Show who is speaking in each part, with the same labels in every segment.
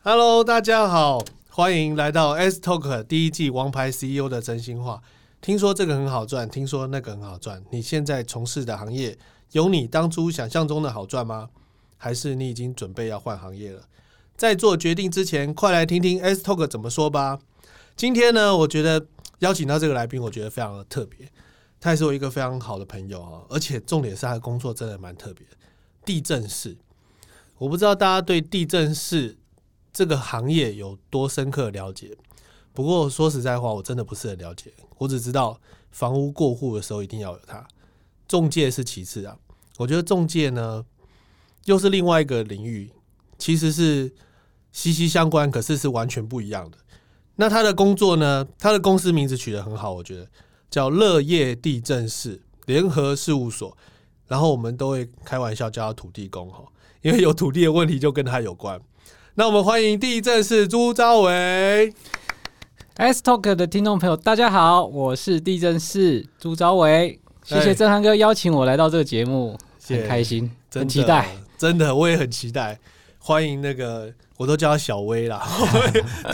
Speaker 1: Hello，大家好，欢迎来到 S Talk 第一季《王牌 CEO 的真心话》。听说这个很好赚，听说那个很好赚。你现在从事的行业有你当初想象中的好赚吗？还是你已经准备要换行业了？在做决定之前，快来听听 S Talk 怎么说吧。今天呢，我觉得邀请到这个来宾，我觉得非常的特别。他也是我一个非常好的朋友啊，而且重点是他的工作真的蛮特别的，地震室。我不知道大家对地震室这个行业有多深刻的了解。不过说实在话，我真的不是很了解，我只知道房屋过户的时候一定要有它，中介是其次啊。我觉得中介呢，又是另外一个领域，其实是息息相关，可是是完全不一样的。那他的工作呢，他的公司名字取得很好，我觉得叫乐业地震室联合事务所，然后我们都会开玩笑叫他土地公哈，因为有土地的问题就跟他有关。那我们欢迎地震室朱昭伟。
Speaker 2: S Talk 的听众朋友，大家好，我是地震室朱昭伟，谢
Speaker 1: 哎
Speaker 2: 谢正涵哥邀请我来到这个节目，
Speaker 1: 谢谢
Speaker 2: 很开心，
Speaker 1: 真
Speaker 2: 很
Speaker 1: 的
Speaker 2: 期待。，
Speaker 1: 真的，我也很期待。欢迎那个，我都叫他小薇 啦，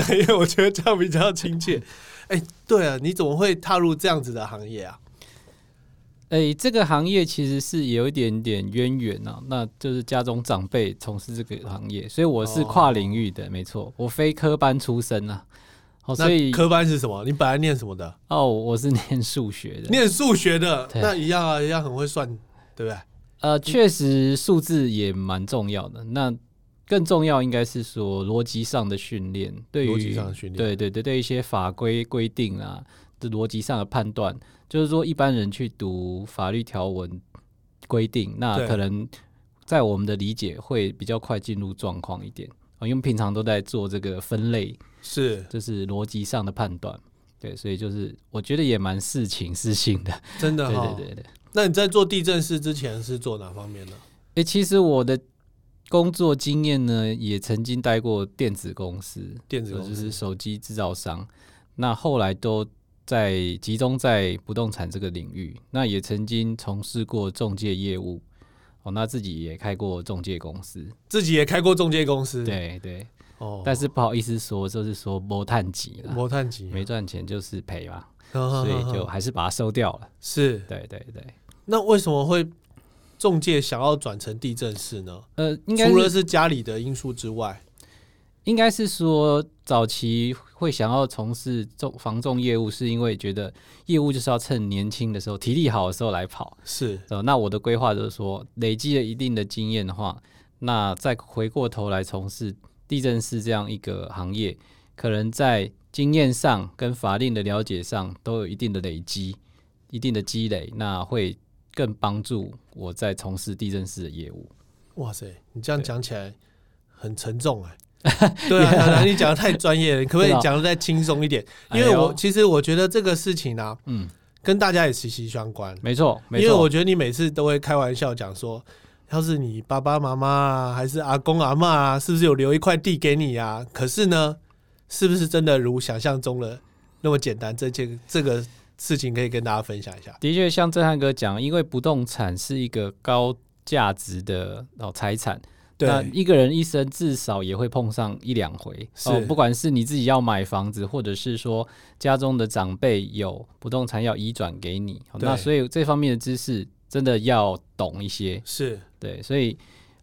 Speaker 1: 对，因为我觉得这样比较亲切。哎、对啊，你怎么会踏入这样子的行业啊？
Speaker 2: 哎、这个行业其实是有一点点渊源啊，那就是家中长辈从事这个行业，所以我是跨领域的，没错，我非科班出身啊。哦，所
Speaker 1: 那
Speaker 2: 以
Speaker 1: 科班是什么？你本来念什么的？
Speaker 2: 哦，我是念数学的，
Speaker 1: 念数学的，
Speaker 2: 对
Speaker 1: 那一样啊，一样很会算，对不对？
Speaker 2: 呃，确实数字也蛮重要的。那更重要应该是说逻辑上的训练，对于
Speaker 1: 逻辑上的训练
Speaker 2: 对对对，对一些法规规定啊的逻辑上的判断，就是说一般人去读法律条文规定，那
Speaker 1: 对
Speaker 2: 可能在我们的理解会比较快进入状况一点啊，因为平常都在做这个分类，
Speaker 1: 是
Speaker 2: 就是逻辑上的判断。对，所以就是我觉得也蛮事情事性 的，
Speaker 1: 真的
Speaker 2: 对
Speaker 1: 啊哈、
Speaker 2: 对对对。
Speaker 1: 那你在做地震师之前是做哪方面的？
Speaker 2: 诶、其实我的工作经验呢，也曾经待过电子公司，
Speaker 1: 电子公
Speaker 2: 就
Speaker 1: 司
Speaker 2: 是手机制造商。那后来都在集中在不动产这个领域。那也曾经从事过中介业务，哦，那自己也开过中介公司。
Speaker 1: 自己也开过中介公司，，
Speaker 2: 对对，
Speaker 1: 哦，
Speaker 2: 但是不好意思说，就是说摸探级了，
Speaker 1: 摩探级，
Speaker 2: 没赚钱就是赔嘛，
Speaker 1: 所
Speaker 2: 所以
Speaker 1: 啊
Speaker 2: 就还是把它收掉了。
Speaker 1: 是
Speaker 2: 对对对，
Speaker 1: 那为什么会中介想要转成地震室呢？
Speaker 2: 呃，应该
Speaker 1: 除
Speaker 2: 是
Speaker 1: 了是家里的因素之外，
Speaker 2: 应该是说，早期会想要从事重房重业务，是因为觉得业务就是要趁年轻的时候、体力好的时候来跑。
Speaker 1: 是
Speaker 2: 呃，那我的规划就是说，累积了一定的经验的话，那再回过头来从事地震师这样一个行业，可能在经验上跟法令的了解上都有一定的累积、一定的积累，那会更帮助我在从事地震师的业务。
Speaker 1: 哇塞，你这样讲起来很沉重 哎、对啊，小南，你讲的太专业了，你可不可以
Speaker 2: 真的哦
Speaker 1: 讲的再轻松一点？因
Speaker 2: 哎呦
Speaker 1: 为我其实我觉得这个事情啊，
Speaker 2: 嗯，
Speaker 1: 跟大家也息息相关。
Speaker 2: 没错，没
Speaker 1: 因
Speaker 2: 错，
Speaker 1: 为我觉得你每次都会开玩笑讲说，要是你爸爸妈妈啊，还是阿公阿妈啊，是不是有留一块地给你啊？可是呢，是不是真的如想象中的那么简单？这件这个事情可以跟大家分享一下。
Speaker 2: 的确，像震撼哥讲，因为不动产是一个高价值的哦财产，那
Speaker 1: 对，
Speaker 2: 一个人一生至少也会碰上一两回
Speaker 1: 是
Speaker 2: 哦，不管是你自己要买房子，或者是说家中的长辈有不动产要移转给你，哦
Speaker 1: 对
Speaker 2: 那所以这方面的知识真的要懂一些。
Speaker 1: 是
Speaker 2: 对，所以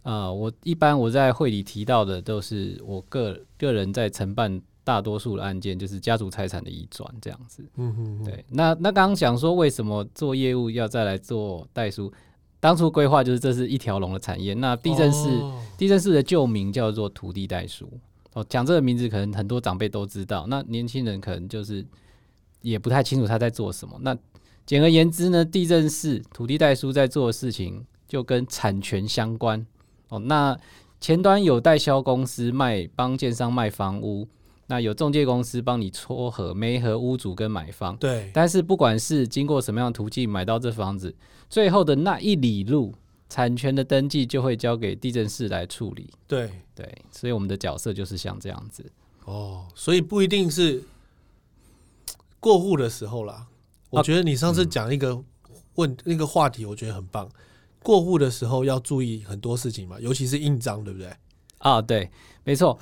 Speaker 2: 呃，我一般我在会里提到的都是我个个人在承办大多数的案件，就是家族财产的移转这样子。
Speaker 1: 嗯嗯，嗯
Speaker 2: 对，那那刚刚讲说为什么做业务要再来做代书，当初规划就是这是一条龙的产业。那地震室、
Speaker 1: 哦
Speaker 2: 地震室的旧名叫做土地代书，哦，讲这个名字可能很多长辈都知道，那年轻人可能就是也不太清楚他在做什么。那简而言之呢，地震室土地代书在做的事情就跟产权相关哦。那前端有代销公司卖帮建商卖房屋，那有中介公司帮你撮合媒合屋主跟买方。
Speaker 1: 对，
Speaker 2: 但是不管是经过什么样的途径买到这房子，最后的那一里路产权的登记就会交给地震室来处理。
Speaker 1: 对，
Speaker 2: 对，所以我们的角色就是像这样子。
Speaker 1: 哦，所以不一定是过户的时候啦。我觉得你上次讲一个
Speaker 2: 啊
Speaker 1: 问、
Speaker 2: 嗯
Speaker 1: 那个话题，我觉得很棒。过户的时候要注意很多事情嘛，尤其是印章，对不对？
Speaker 2: 啊，对，没错。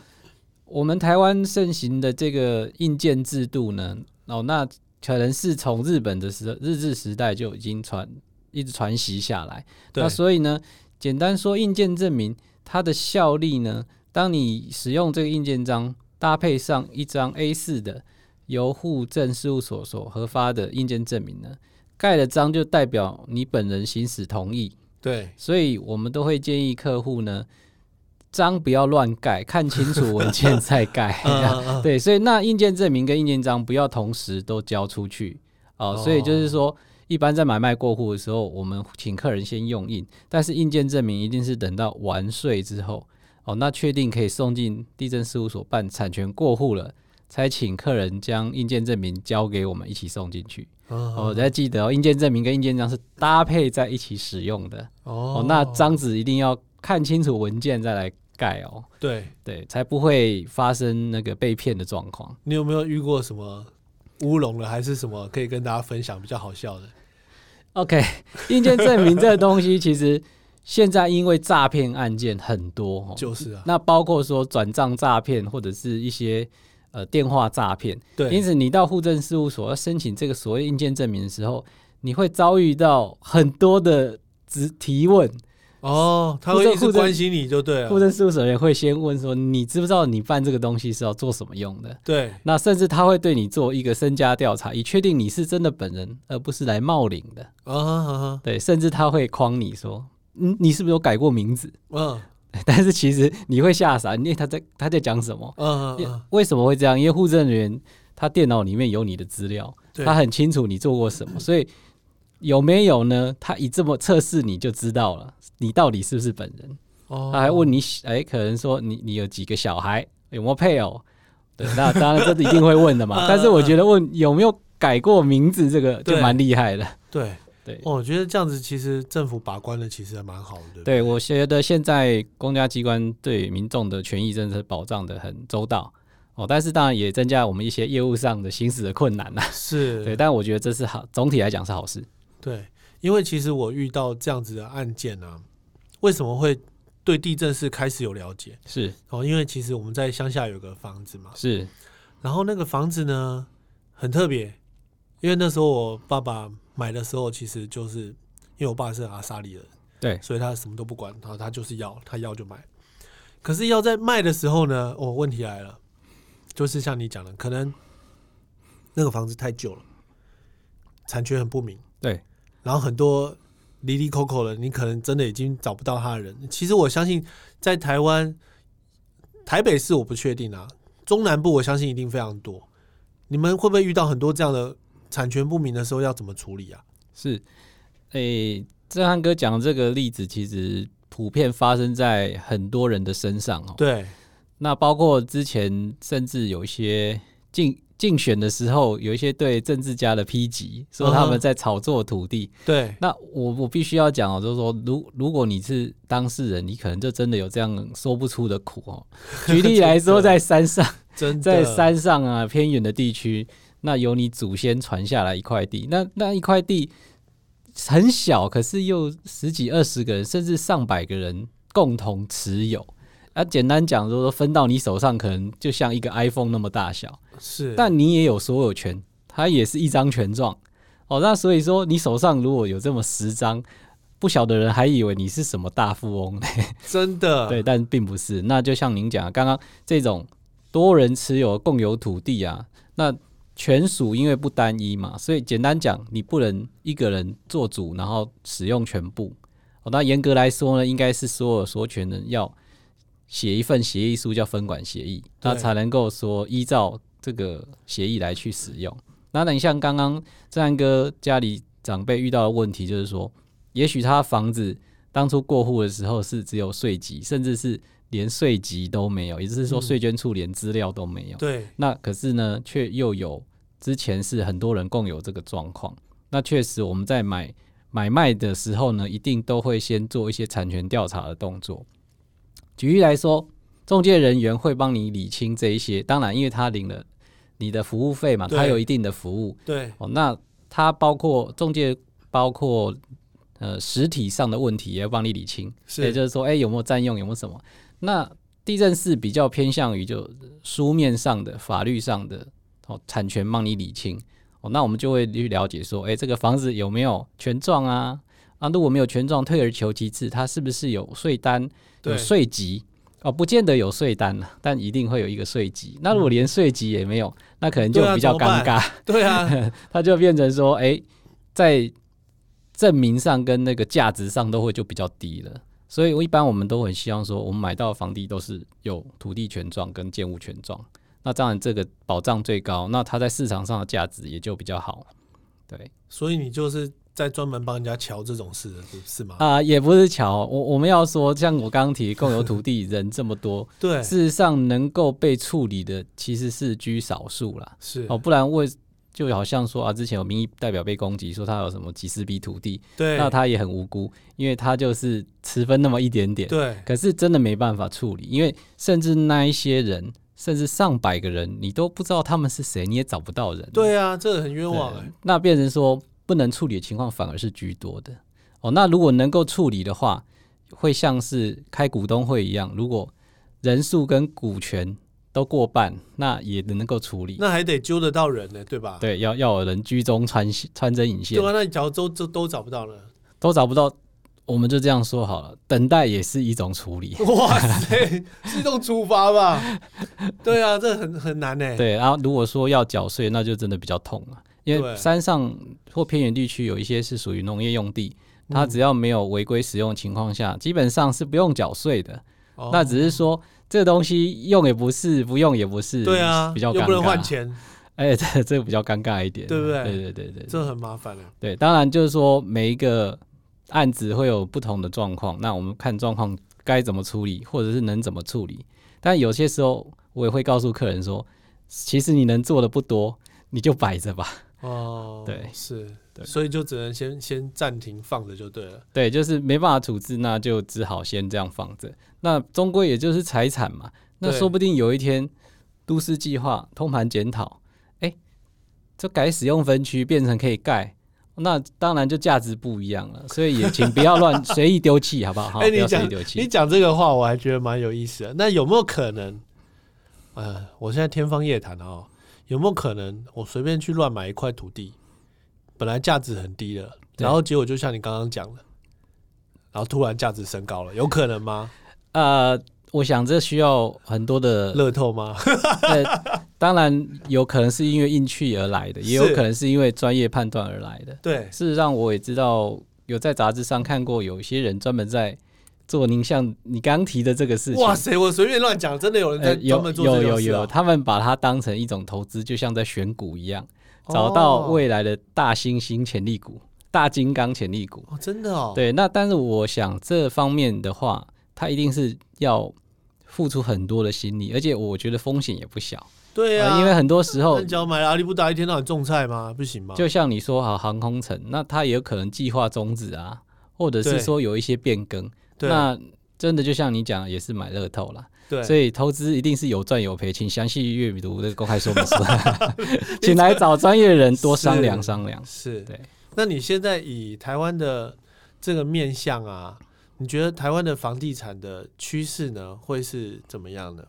Speaker 2: 我们台湾盛行的这个印鉴制度呢，哦，那可能是从日本的时日治时代就已经传一直传习下来。
Speaker 1: 对
Speaker 2: 那，所以呢，简单说，印鉴证明它的效力呢，当你使用这个印鉴章搭配上一张 A 4的由户政事务所所核发的印鉴证明呢，盖了章就代表你本人行使同意。
Speaker 1: 对，。
Speaker 2: 所以我们都会建议客户呢，章不要乱盖，看清楚文件再盖
Speaker 1: 嗯嗯
Speaker 2: 对，所以那印鉴证明跟印鉴章不要同时都交出去哦、所以就是说，一般在买卖过户的时候，我们请客人先用印，但是印鉴证明一定是等到完税之后哦，那确定可以送进地震事务所办产权过户了，才请客人将印鉴证明交给我们一起送进去。
Speaker 1: 嗯
Speaker 2: 哦，大家记得哦，印鉴证明跟印鉴章是搭配在一起使用的。
Speaker 1: 哦
Speaker 2: 哦，那章子一定要看清楚文件再来盖哦，
Speaker 1: 对
Speaker 2: 对，才不会发生那个被骗的状况。
Speaker 1: 你有没有遇过什么乌龙了，还是什么可以跟大家分享比较好笑的？
Speaker 2: OK，印 鉴证明这个东西其实现在因为诈骗案件很多、哦，
Speaker 1: 就是啊，
Speaker 2: 那包括说转账诈骗或者是一些呃电话诈骗，因
Speaker 1: 对，
Speaker 2: 此你到户政事务所要申请这个所谓印鉴证明的时候，你会遭遇到很多的质提问，
Speaker 1: 哦，他
Speaker 2: 户
Speaker 1: 会
Speaker 2: 政
Speaker 1: 一直
Speaker 2: 户政
Speaker 1: 关心你就对
Speaker 2: 户
Speaker 1: 了，
Speaker 2: 政事务所也会先问说，你知不知道你办这个东西是要做什么用的？
Speaker 1: 对，
Speaker 2: 那甚至他会对你做一个身家调查，以确定你是真的本人，而不是来冒领的。
Speaker 1: 啊啊
Speaker 2: 对，甚至他会诓你说，嗯，你是不是有改过名字？
Speaker 1: 嗯
Speaker 2: 但是其实你会吓傻，因为他在他在讲什么？
Speaker 1: 嗯
Speaker 2: 因
Speaker 1: 嗯，
Speaker 2: 为什么会这样？因为户政人员他电脑里面有你的资料，
Speaker 1: 对
Speaker 2: 他很清楚你做过 什么，所以有没有呢？他一这么测试你就知道了，你到底是不是本人。
Speaker 1: 哦
Speaker 2: 他还问你，哎、可能说你你有几个小孩，有没有配偶？对， 那当然这一定会问的
Speaker 1: 嗯嗯嗯。
Speaker 2: 嘛但是我觉得问有没有改过名字，这个就
Speaker 1: 对
Speaker 2: 蛮厉害的。
Speaker 1: 对，
Speaker 2: 对，
Speaker 1: 哦，我觉得这样子其实政府把关的其实还蛮好的，对不对
Speaker 2: 对我觉得现在公家机关对民众的权益真的是保障的很周到哦，但是当然也增加我们一些业务上的行驶的困难啦、
Speaker 1: 是，
Speaker 2: 对，但我觉得这是好，总体来讲是好事。
Speaker 1: 对，因为其实我遇到这样子的案件啊，为什么会对地震是开始有了解？
Speaker 2: 是
Speaker 1: 哦，因为其实我们在乡下有个房子嘛，
Speaker 2: 是，
Speaker 1: 然后那个房子呢很特别，因为那时候我爸爸买的时候，其实就是因为我爸是阿萨里人，
Speaker 2: 对
Speaker 1: 所以他什么都不管，然后他就是要，他要就买。可是要在卖的时候呢，哦，问题来了，就是像你讲的，可能那个房子太旧了，产权很不明，
Speaker 2: 对，
Speaker 1: 然后很多离离口口的，你可能真的已经找不到他的人。其实我相信，在台湾台北市我不确定啊，中南部我相信一定非常多。你们会不会遇到很多这样的产权不明的时候要怎么处理啊？
Speaker 2: 是，诶、正汉哥讲的这个例子，其实普遍发生在很多人的身上哦。
Speaker 1: 对，
Speaker 2: 那包括之前甚至有一些竞竞选的时候，有一些对政治家的批击，说他
Speaker 1: 嗯哼
Speaker 2: 们在炒作土地。
Speaker 1: 对，
Speaker 2: 那我我必须要讲哦，就是说，如如果你是当事人，你可能就真的有这样说不出的苦哦。举例来
Speaker 1: 真
Speaker 2: 说，
Speaker 1: 的
Speaker 2: 在山上，
Speaker 1: 真的
Speaker 2: 在山上啊偏远的地区，那由你祖先传下来一块地，那那一块地很小，可是又十几二十个人，甚至上百个人共同持有。啊，简单讲说，分到你手上可能就像一个 iPhone 那么大小，
Speaker 1: 是，
Speaker 2: 但你也有所有权，它也是一张权状。哦，那所以说你手上如果有这么十张，不晓得人还以为你是什么大富翁呢。
Speaker 1: 真的
Speaker 2: 对，但并不是。那就像您讲的，刚刚这种多人持有共有土地啊，那权属因为不单一嘛，所以简单讲，你不能一个人做主，然后使用全部。哦，那严格来说呢，应该是所有所权人要写一份协议书，叫分管协议，那
Speaker 1: 对
Speaker 2: 才能够说依照这个协议来去使用。那你像刚刚正安哥家里长辈遇到的问题，就是说，也许他房子当初过户的时候是只有税籍，甚至是连税籍都没有，也就是说
Speaker 1: 嗯
Speaker 2: 税捐处连资料都没有。
Speaker 1: 对
Speaker 2: 那可是呢，却又有之前是很多人共有这个状况。那确实我们在买买卖的时候呢，一定都会先做一些产权调查的动作。举例来说，中介人员会帮你理清这一些，当然因为他领了你的服务费嘛，
Speaker 1: 对
Speaker 2: 他有一定的服务，
Speaker 1: 对
Speaker 2: 哦，那它包括中介，包括呃实体上的问题也要帮你理清，也
Speaker 1: 是，
Speaker 2: 就是说，哎、有没有占用，有没有什么？那地震四比较偏向于就书面上的、法律上的哦，产权帮你理清哦，那我们就会去了解说，哎、这个房子有没有权状啊？啊，如果没有权状，退而求其次，它是不是有税单、有
Speaker 1: 对
Speaker 2: 税籍？哦，不见得有税单了，但一定会有一个税籍。那如果连税籍也没有，那可能
Speaker 1: 嗯
Speaker 2: 就
Speaker 1: 对啊
Speaker 2: 比较
Speaker 1: 怎么
Speaker 2: 尴
Speaker 1: 办
Speaker 2: 尬。
Speaker 1: 对啊，
Speaker 2: 它就变成说，哎、在证明上跟那个价值上都会就比较低了。所以，我一般我们都很希望说，我们买到的房地都是有土地权状跟建物权状。那当然，这个保障最高，那它在市场上的价值也就比较好。对
Speaker 1: 所以你就是在专门帮人家瞧这种事的，是是吗？
Speaker 2: 啊、也不是巧，我我们要说，像我刚刚提，共有土地人这么多，
Speaker 1: 对，
Speaker 2: 事实上能够被处理的其实是居少数啦。
Speaker 1: 是
Speaker 2: 哦，，不然为就好像说啊，之前有民意代表被攻击，说他有什么几十笔土地，
Speaker 1: 对，
Speaker 2: 那他也很无辜，因为他就是持分那么一点点，
Speaker 1: 对，
Speaker 2: 可是真的没办法处理，因为甚至那一些人，甚至上百个人，你都不知道他们是谁，你也找不到人，
Speaker 1: 对啊，这个很冤
Speaker 2: 对，
Speaker 1: 枉哎。
Speaker 2: 那变成说不能处理的情况反而是居多的哦。那如果能够处理的话，会像是开股东会一样，如果人数跟股权都过半，那也能够处理。
Speaker 1: 那还得揪得到人呢，对吧？
Speaker 2: 对，要要有人居中穿穿针引线
Speaker 1: 对，啊，那你假如都都都找不到了，
Speaker 2: 都找不到，我们就这样说好了，等待也是一种处理。
Speaker 1: 哇塞，自动处罚 吧？对啊，这很很难呢。
Speaker 2: 对，然后如果说要缴税，那就真的比较痛了，因为
Speaker 1: 对
Speaker 2: 山上或偏远地区有一些是属于农业用地，
Speaker 1: 嗯
Speaker 2: 它只要没有违规使用的情况下，基本上是不用缴税的。
Speaker 1: 哦
Speaker 2: 那只是说这个东西用也不是，不用也不是，
Speaker 1: 对啊，
Speaker 2: 比较
Speaker 1: 又
Speaker 2: 尴
Speaker 1: 不能换
Speaker 2: 尬。
Speaker 1: 钱，
Speaker 2: 哎，这这个比较尴尬一点，啊
Speaker 1: 对不对
Speaker 2: 对对对对
Speaker 1: 这很麻烦欸了。
Speaker 2: 对，当然就是说每一个案子会有不同的状况，那我们看状况该怎么处理，或者是能怎么处理。但有些时候我也会告诉客人说，其实你能做的不多，你就摆着吧。
Speaker 1: 哦，
Speaker 2: 对
Speaker 1: 是，
Speaker 2: 对
Speaker 1: 所以就只能先先暂停放着就对了。
Speaker 2: 对，就是没办法处置，那就只好先这样放着。那终归也就是财产嘛，那
Speaker 1: 对
Speaker 2: 说不定有一天都市计划通盘检讨，哎、这改使用分区变成可以盖。那当然就价值不一样了，所以也请不 要乱随意丢弃，好不好？好
Speaker 1: 哎
Speaker 2: 不
Speaker 1: 你
Speaker 2: 要随
Speaker 1: 讲
Speaker 2: 意丢弃
Speaker 1: 你。讲这个话，我还觉得蛮有意思的。那有没有可能？呃，我现在天方夜谭哦，有没有可能我随便去乱买一块土地，本来价值很低的，
Speaker 2: 对
Speaker 1: 然后结果就像你刚刚讲的，然后突然价值升高了，有可能吗？
Speaker 2: 呃，我想这需要很多的，
Speaker 1: 乐透 吗？
Speaker 2: 呃，当然有可能是因为运气而来的，也有
Speaker 1: 是
Speaker 2: 可能是因为专业判断而来的。
Speaker 1: 对，
Speaker 2: 事实上，我也知道有在杂志上看过，有一些人专门在做您像你刚提的这个事情。
Speaker 1: 哇塞，我随便乱讲，真的有人在
Speaker 2: 呃
Speaker 1: 专
Speaker 2: 有
Speaker 1: 门做这
Speaker 2: 有
Speaker 1: 种
Speaker 2: 有
Speaker 1: 事、啊
Speaker 2: 有，他们把它当成一种投资，就像在选股一样，找
Speaker 1: 哦
Speaker 2: 到未来的大猩猩潜力股、大金刚潜力股。
Speaker 1: 哦哦，真的哦，
Speaker 2: 对，那但是我想这方面的话，它一定是要付出很多的心力，而且我觉得风险也不小。
Speaker 1: 对啊，
Speaker 2: 呃因为很多时候
Speaker 1: 那你只要买了阿里不达，一天到晚种菜吗？不行吗？
Speaker 2: 就像你说好航空城，那它也有可能计划终止啊，或者
Speaker 1: 对
Speaker 2: 是说有一些变更。
Speaker 1: 对
Speaker 2: 那真的就像你讲，也是买乐透啦。
Speaker 1: 对，
Speaker 2: 所以投资一定是有赚有赔，请详细阅读这个公开说 明书，请来找专业人多商量
Speaker 1: 是
Speaker 2: 商量。
Speaker 1: 是，
Speaker 2: 对。
Speaker 1: 那你现在以台湾的这个面向啊，你觉得台湾的房地产的趋势呢，会是怎么样的？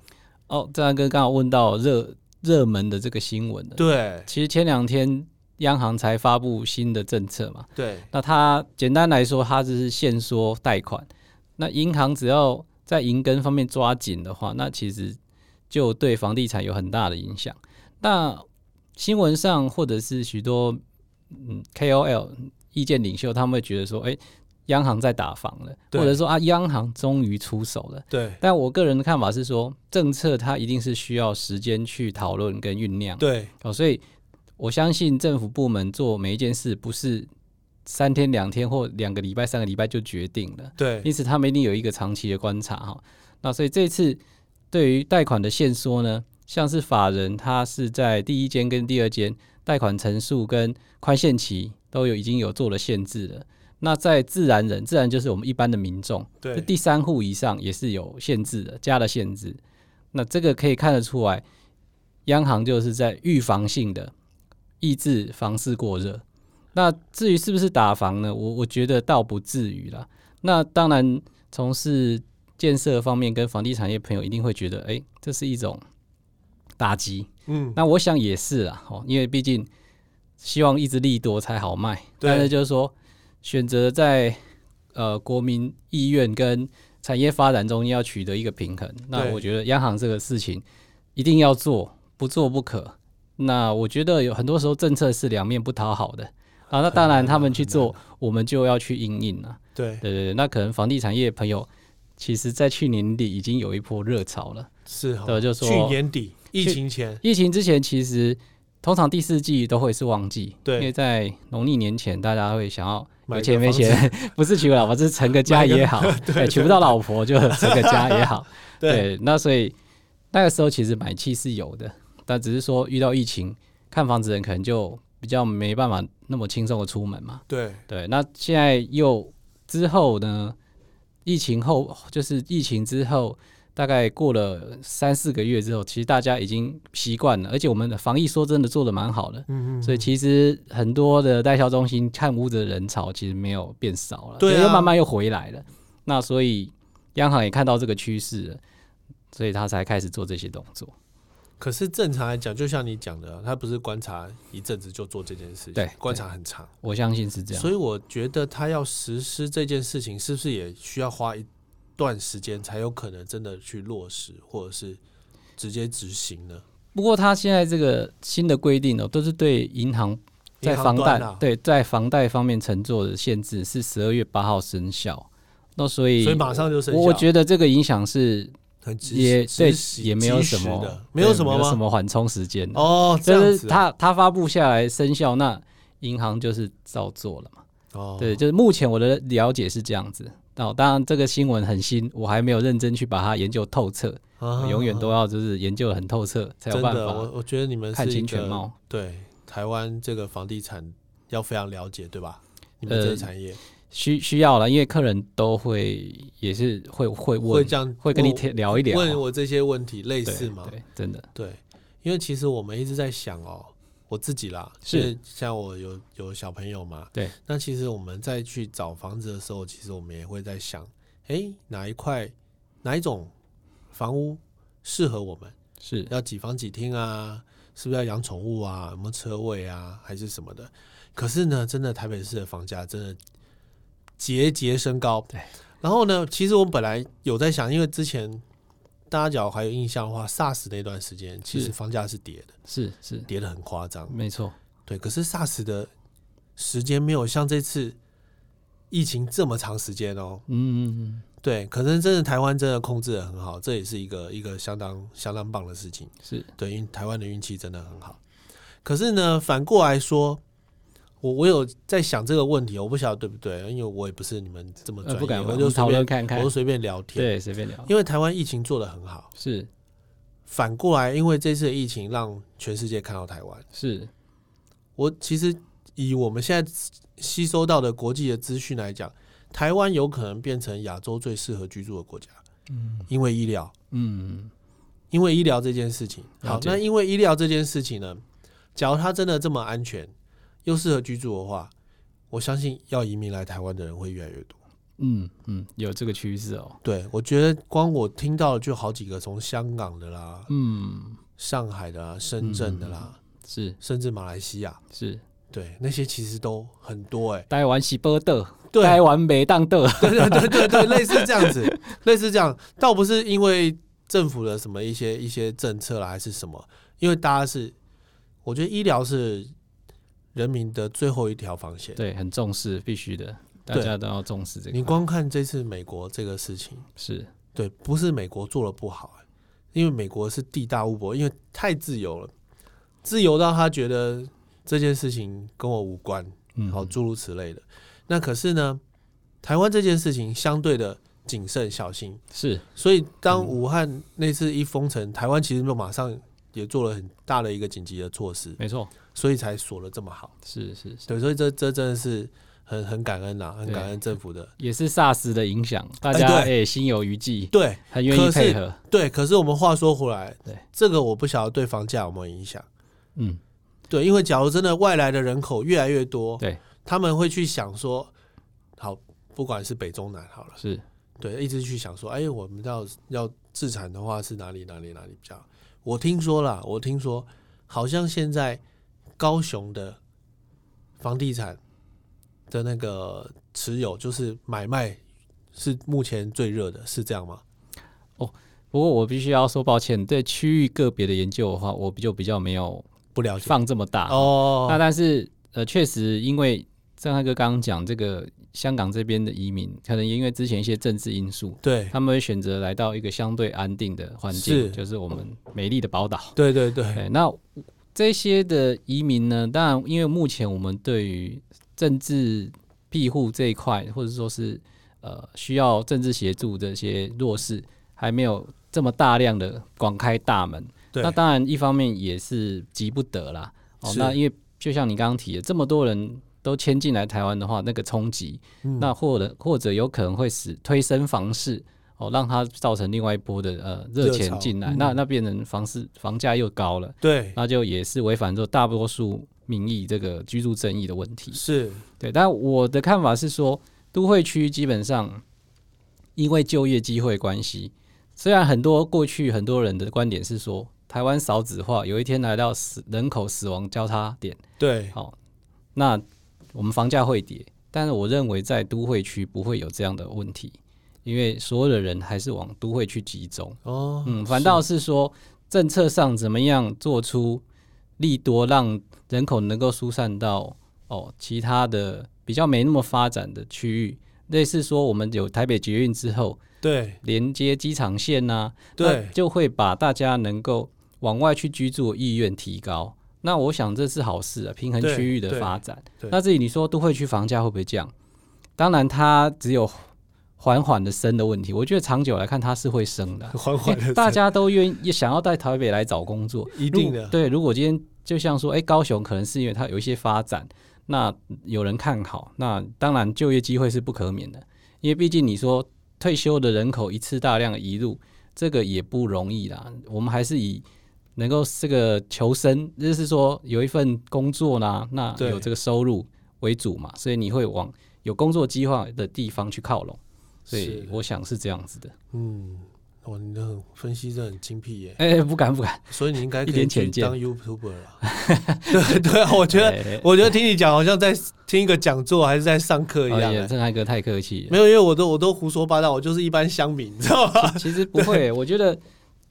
Speaker 2: 哦，郑大哥刚好问到热热门的这个新闻了。
Speaker 1: 对
Speaker 2: 其实前两天央行才发布新的政策嘛，
Speaker 1: 对
Speaker 2: 那它简单来说，它就是限缩贷款。那银行只要在银根方面抓紧的话，那其实就对房地产有很大的影响。那新闻上或者是许多嗯 KOL 意见领袖，他们会觉得说，哎、央行在打房了，
Speaker 1: 对
Speaker 2: 或者说啊，央行终于出手了。
Speaker 1: 对
Speaker 2: 但我个人的看法是说，政策它一定是需要时间去讨论跟酝酿。
Speaker 1: 对
Speaker 2: 哦，所以我相信政府部门做每一件事不是三天两天或两个礼拜、三个礼拜就决定了，
Speaker 1: 对
Speaker 2: 因此他们一定有一个长期的观察哈、那所以这次对于贷款的限缩呢，像是法人他是在第一间跟第二间贷款层数跟宽限期都有已经有做了限制了。那在自然人，自然就是我们一般的民众，这
Speaker 1: 对
Speaker 2: 第三户以上也是有限制的，加了限制。那这个可以看得出来，央行就是在预防性的抑制房市过热。那至于是不是打房呢？我我觉得倒不至于啦。那当然，从事建设方面跟房地产业朋友一定会觉得，哎、这是一种打击。
Speaker 1: 嗯，
Speaker 2: 那我想也是啦，哦，因为毕竟希望一直利多才好卖，
Speaker 1: 对
Speaker 2: 但是就是说选择在呃国民意愿跟产业发展中要取得一个平衡。那
Speaker 1: 对
Speaker 2: 我觉得央行这个事情一定要做，不做不可。那我觉得有很多时候政策是两面不讨好的啊，那当然他们去做，我们就要去应应啊。
Speaker 1: 对，
Speaker 2: 对对对，那可能房地产业朋友其实在去年底已经有一波热潮了。
Speaker 1: 是哦，
Speaker 2: 呃对就说
Speaker 1: 去年底疫情前，
Speaker 2: 疫情之前其实通常第四季都会是旺季，
Speaker 1: 对
Speaker 2: 因为在农历年前大家会想要
Speaker 1: 买
Speaker 2: 有
Speaker 1: 个
Speaker 2: 钱没
Speaker 1: 房子
Speaker 2: 钱， 不是娶个老婆，是成个 家也好， 对，娶不到老婆就 成个家也好，
Speaker 1: 对，
Speaker 2: 那所以那个时候其实买气是有的，但只是说遇到疫情，看房子的人可能就比较没办法那么轻松的出门嘛，
Speaker 1: 对，
Speaker 2: 对，那现在又之后呢？疫情后就是疫情之后，大概过了三四个月之后，其实大家已经习惯了，而且我们的防疫说真的做的蛮好的，
Speaker 1: 嗯嗯，
Speaker 2: 所以其实很多的代销中心看屋子的人潮其实没有变少了，
Speaker 1: 对啊
Speaker 2: 又慢慢又回来了。那所以央行也看到这个趋势了，所以他才开始做这些动作。
Speaker 1: 可是正常来讲，就像你讲的，他不是观察一阵子就做这件事情，
Speaker 2: 对
Speaker 1: 观察很长，
Speaker 2: 我相信是这样
Speaker 1: 所。以我觉得他要实施这件事情，是不是也需要花一段时间才有可能真的去落实，或者是直接执行呢？
Speaker 2: 不过他现在这个新的规定哦，都是对银行在
Speaker 1: 银行
Speaker 2: 房贷
Speaker 1: 端啊
Speaker 2: 对在房贷方面乘坐的限制是十二月八号生效，那所以
Speaker 1: 所以马上就生效，
Speaker 2: 我我觉得这个影响是
Speaker 1: 很直
Speaker 2: 也对
Speaker 1: 直实
Speaker 2: 也没有
Speaker 1: 及时
Speaker 2: 什么
Speaker 1: 的，没有
Speaker 2: 对
Speaker 1: 什么
Speaker 2: 没有
Speaker 1: 吗？
Speaker 2: 什么缓冲时间的，
Speaker 1: 哦，这
Speaker 2: 就
Speaker 1: 样
Speaker 2: 是
Speaker 1: 子啊
Speaker 2: 它它发布下来生效，那银行就是照做了嘛。
Speaker 1: 哦，
Speaker 2: 对，就是目前我的了解是这样子。那当然这个新闻很新，我还没有认真去把它研究透彻，
Speaker 1: 啊，
Speaker 2: 永远都要就是研究得很透彻才有
Speaker 1: 真
Speaker 2: 办
Speaker 1: 的，
Speaker 2: 法
Speaker 1: 我我觉得你们
Speaker 2: 看
Speaker 1: 是一
Speaker 2: 清全
Speaker 1: 个
Speaker 2: 貌。
Speaker 1: 对台湾这个房地产要非常了解，对吧？你们这个
Speaker 2: 呃
Speaker 1: 产业
Speaker 2: 需需要了，因为客人都会也是会会问，
Speaker 1: 会这样
Speaker 2: 会跟你
Speaker 1: 问
Speaker 2: 贴聊一聊，
Speaker 1: 问我这些问题类
Speaker 2: 对
Speaker 1: 似吗？
Speaker 2: 对，真的
Speaker 1: 对，因为其实我们一直在想哦，我自己啦，
Speaker 2: 是
Speaker 1: 因为像我有有小朋友嘛，
Speaker 2: 对，
Speaker 1: 那其实我们在去找房子的时候，其实我们也会在想，诶，哪一块哪一种房屋适合我们？
Speaker 2: 是
Speaker 1: 要几房几厅啊？是不是要养宠物啊？有没有车位啊？还是什么的？可是呢，真的台北市的房价真的节节升高。
Speaker 2: 对。
Speaker 1: 然后呢，其实我本来有在想，因为之前大家假如还有印象的话，SARS 那段时间其实
Speaker 2: 是
Speaker 1: 房价是跌的，
Speaker 2: 是是，
Speaker 1: 跌的很夸张。
Speaker 2: 没错，
Speaker 1: 对，可是 SARS 的时间没有像这次疫情这么长时间哦。
Speaker 2: 嗯嗯嗯，
Speaker 1: 对，可能真的台湾真的控制的很好，这也是一个一个相当相当棒的事情。
Speaker 2: 是
Speaker 1: 对，因为台湾的运气真的很好。可是呢，反过来说，我我有在想这个问题，哦我不晓得对不对，因为我也不是你们这么
Speaker 2: 呃
Speaker 1: 专业，
Speaker 2: 不敢，
Speaker 1: 我
Speaker 2: 我
Speaker 1: 就
Speaker 2: 们
Speaker 1: 随
Speaker 2: 讨论
Speaker 1: 便
Speaker 2: 看
Speaker 1: 我
Speaker 2: 看
Speaker 1: 就，随便聊天。
Speaker 2: 对，随便聊，
Speaker 1: 因为台湾疫情做得很好，
Speaker 2: 是
Speaker 1: 反过来，因为这次的疫情让全世界看到台湾。
Speaker 2: 是
Speaker 1: 我其实以我们现在吸收到的国际的资讯来讲，台湾有可能变成亚洲最适合居住的国家。嗯，因为医疗，
Speaker 2: 嗯，
Speaker 1: 因为医疗这件事情，好
Speaker 2: 了，解
Speaker 1: 那因为医疗这件事情呢，假如它真的这么安全又适合居住的话，我相信要移民来台湾的人会越来越多。
Speaker 2: 嗯嗯，有这个趋势哦，
Speaker 1: 对，我觉得光我听到就好几个从香港的啦、
Speaker 2: 嗯，
Speaker 1: 上海的啦、深圳的啦，
Speaker 2: 是
Speaker 1: 甚至马来西亚，
Speaker 2: 是，
Speaker 1: 对，那些其实都很多哎、
Speaker 2: 台湾是波的，
Speaker 1: 对
Speaker 2: 台湾没当的，
Speaker 1: 对对对对对，类似这样子，类似这样，倒不是因为政府的什么一些一些政策啦，还是什么，因为大家是，我觉得医疗是人民的最后一条防线。
Speaker 2: 对，很重视，必须的，大
Speaker 1: 对
Speaker 2: 家都要重视这
Speaker 1: 你
Speaker 2: 个，
Speaker 1: 光看这次美国这个事情，
Speaker 2: 是
Speaker 1: 对，不是美国做的不好、欸因为美国是地大物博，因为太自由了，自由到他觉得这件事情跟我无关，
Speaker 2: 嗯，
Speaker 1: 好，诸如此类的。那可是呢，台湾这件事情相对的谨慎小心，
Speaker 2: 是
Speaker 1: 所以
Speaker 2: 嗯
Speaker 1: 当武汉那次一封城，台湾其实就马上也做了很大的一个紧急的措施，
Speaker 2: 没错，
Speaker 1: 所以才锁了这么好。
Speaker 2: 是是是。
Speaker 1: 对，所以这这真的是很很感恩啦，很
Speaker 2: 对
Speaker 1: 感恩政府的。
Speaker 2: 也是 SARS 的影响，大家哎、心有余悸，
Speaker 1: 对
Speaker 2: 很愿意
Speaker 1: 可是
Speaker 2: 配合。
Speaker 1: 对，可是我们话说回来，
Speaker 2: 对
Speaker 1: 这个我不晓得对房价有没有影响。
Speaker 2: 嗯，
Speaker 1: 对，因为假如真的外来的人口越来越多，
Speaker 2: 对，
Speaker 1: 他们会去想说，好，不管是北中南好了，
Speaker 2: 是
Speaker 1: 对，一直去想说，哎，我们要要自产的话是哪里哪里哪里比较好？我听说啦，我听说好像现在高雄的房地产的那个持有，就是买卖是目前最热的，是这样吗？
Speaker 2: 不过我必须要说抱歉，对区域个别的研究的话，我就比较没有
Speaker 1: 不了解
Speaker 2: 放这么大。
Speaker 1: 哦，
Speaker 2: 那但是呃，确实因为郑汉哥刚刚讲这个香港这边的移民，可能也因为之前一些政治因素，
Speaker 1: 对
Speaker 2: 他们会选择来到一个相对安定的环
Speaker 1: 是
Speaker 2: 境，就是我们美丽的宝岛。
Speaker 1: 对对对，
Speaker 2: 对，那这些的移民呢，当然因为目前我们对于政治庇护这一块，或者说是呃需要政治协助这些弱势，还没有这么大量的广开大门。
Speaker 1: 对
Speaker 2: 那当然，一方面也是急不得啦。哦，
Speaker 1: 是
Speaker 2: 那因为就像你刚刚提的，这么多人都迁进来台湾的话，那个冲击，
Speaker 1: 嗯
Speaker 2: 那或者或者有可能会使推升房市，哦，让它造成另外一波的呃热
Speaker 1: 热
Speaker 2: 钱
Speaker 1: 潮
Speaker 2: 进来，
Speaker 1: 嗯
Speaker 2: 那那变成房市房价又高了，
Speaker 1: 对
Speaker 2: 那就也是违反这大多数民意这个居住正义的问题。
Speaker 1: 是，
Speaker 2: 对，但我的看法是说，都会区基本上因为就业机会关系，虽然很多过去很多人的观点是说，台湾少子化有一天来到死人口死亡交叉点，
Speaker 1: 对
Speaker 2: 好、那我们房价会跌，但是我认为在都会区不会有这样的问题，因为所有的人还是往都会去集中。
Speaker 1: 哦，
Speaker 2: 嗯，反倒是说政策上怎么样做出利多，让人口能够疏散到哦其他的比较没那么发展的区域，类似说我们有台北捷运之后，
Speaker 1: 对
Speaker 2: 连接机场线呐、那
Speaker 1: 对
Speaker 2: 就会把大家能够往外去居住的意愿提高。那我想这是好事啊，平衡
Speaker 1: 对
Speaker 2: 区域的
Speaker 1: 对
Speaker 2: 发展
Speaker 1: 对。
Speaker 2: 那至于你说都会区房价会不会降，当然它只有缓缓的升的问题，我觉得长久来看它是会升的啊。
Speaker 1: 缓
Speaker 2: 因
Speaker 1: 缓
Speaker 2: 为
Speaker 1: 的，
Speaker 2: 大家都愿意也想要到台北来找工作，
Speaker 1: 一定
Speaker 2: 如
Speaker 1: 的
Speaker 2: 对，如果今天就像说，哎、高雄可能是因为它有一些发展，那有人看好，那当然就业机会是不可免的，因为毕竟你说退休的人口一次大量移入，这个也不容易啦。我们还是以能够这个求生，就是说有一份工作啦，那
Speaker 1: 对
Speaker 2: 有这个收入为主嘛，所以你会往有工作计划的地方去靠拢。所以
Speaker 1: 是
Speaker 2: 我想是这样子的，
Speaker 1: 嗯，哇，你的很分析真的很精辟耶，
Speaker 2: 哎、不敢不敢，
Speaker 1: 所以你应该可以
Speaker 2: 一点
Speaker 1: 去
Speaker 2: 浅见
Speaker 1: 当 YouTuber 了。 对对啊，我觉 得
Speaker 2: 哎
Speaker 1: 我觉得听你讲，好像在听一个讲座还是在上课一
Speaker 2: 哎
Speaker 1: 样、
Speaker 2: 呀，
Speaker 1: 欸。
Speaker 2: 郑汉哥太客气 了
Speaker 1: 没。有，因为我都我都胡说八道，我就是一般乡民，你知道吗？
Speaker 2: 其实不会，我觉得，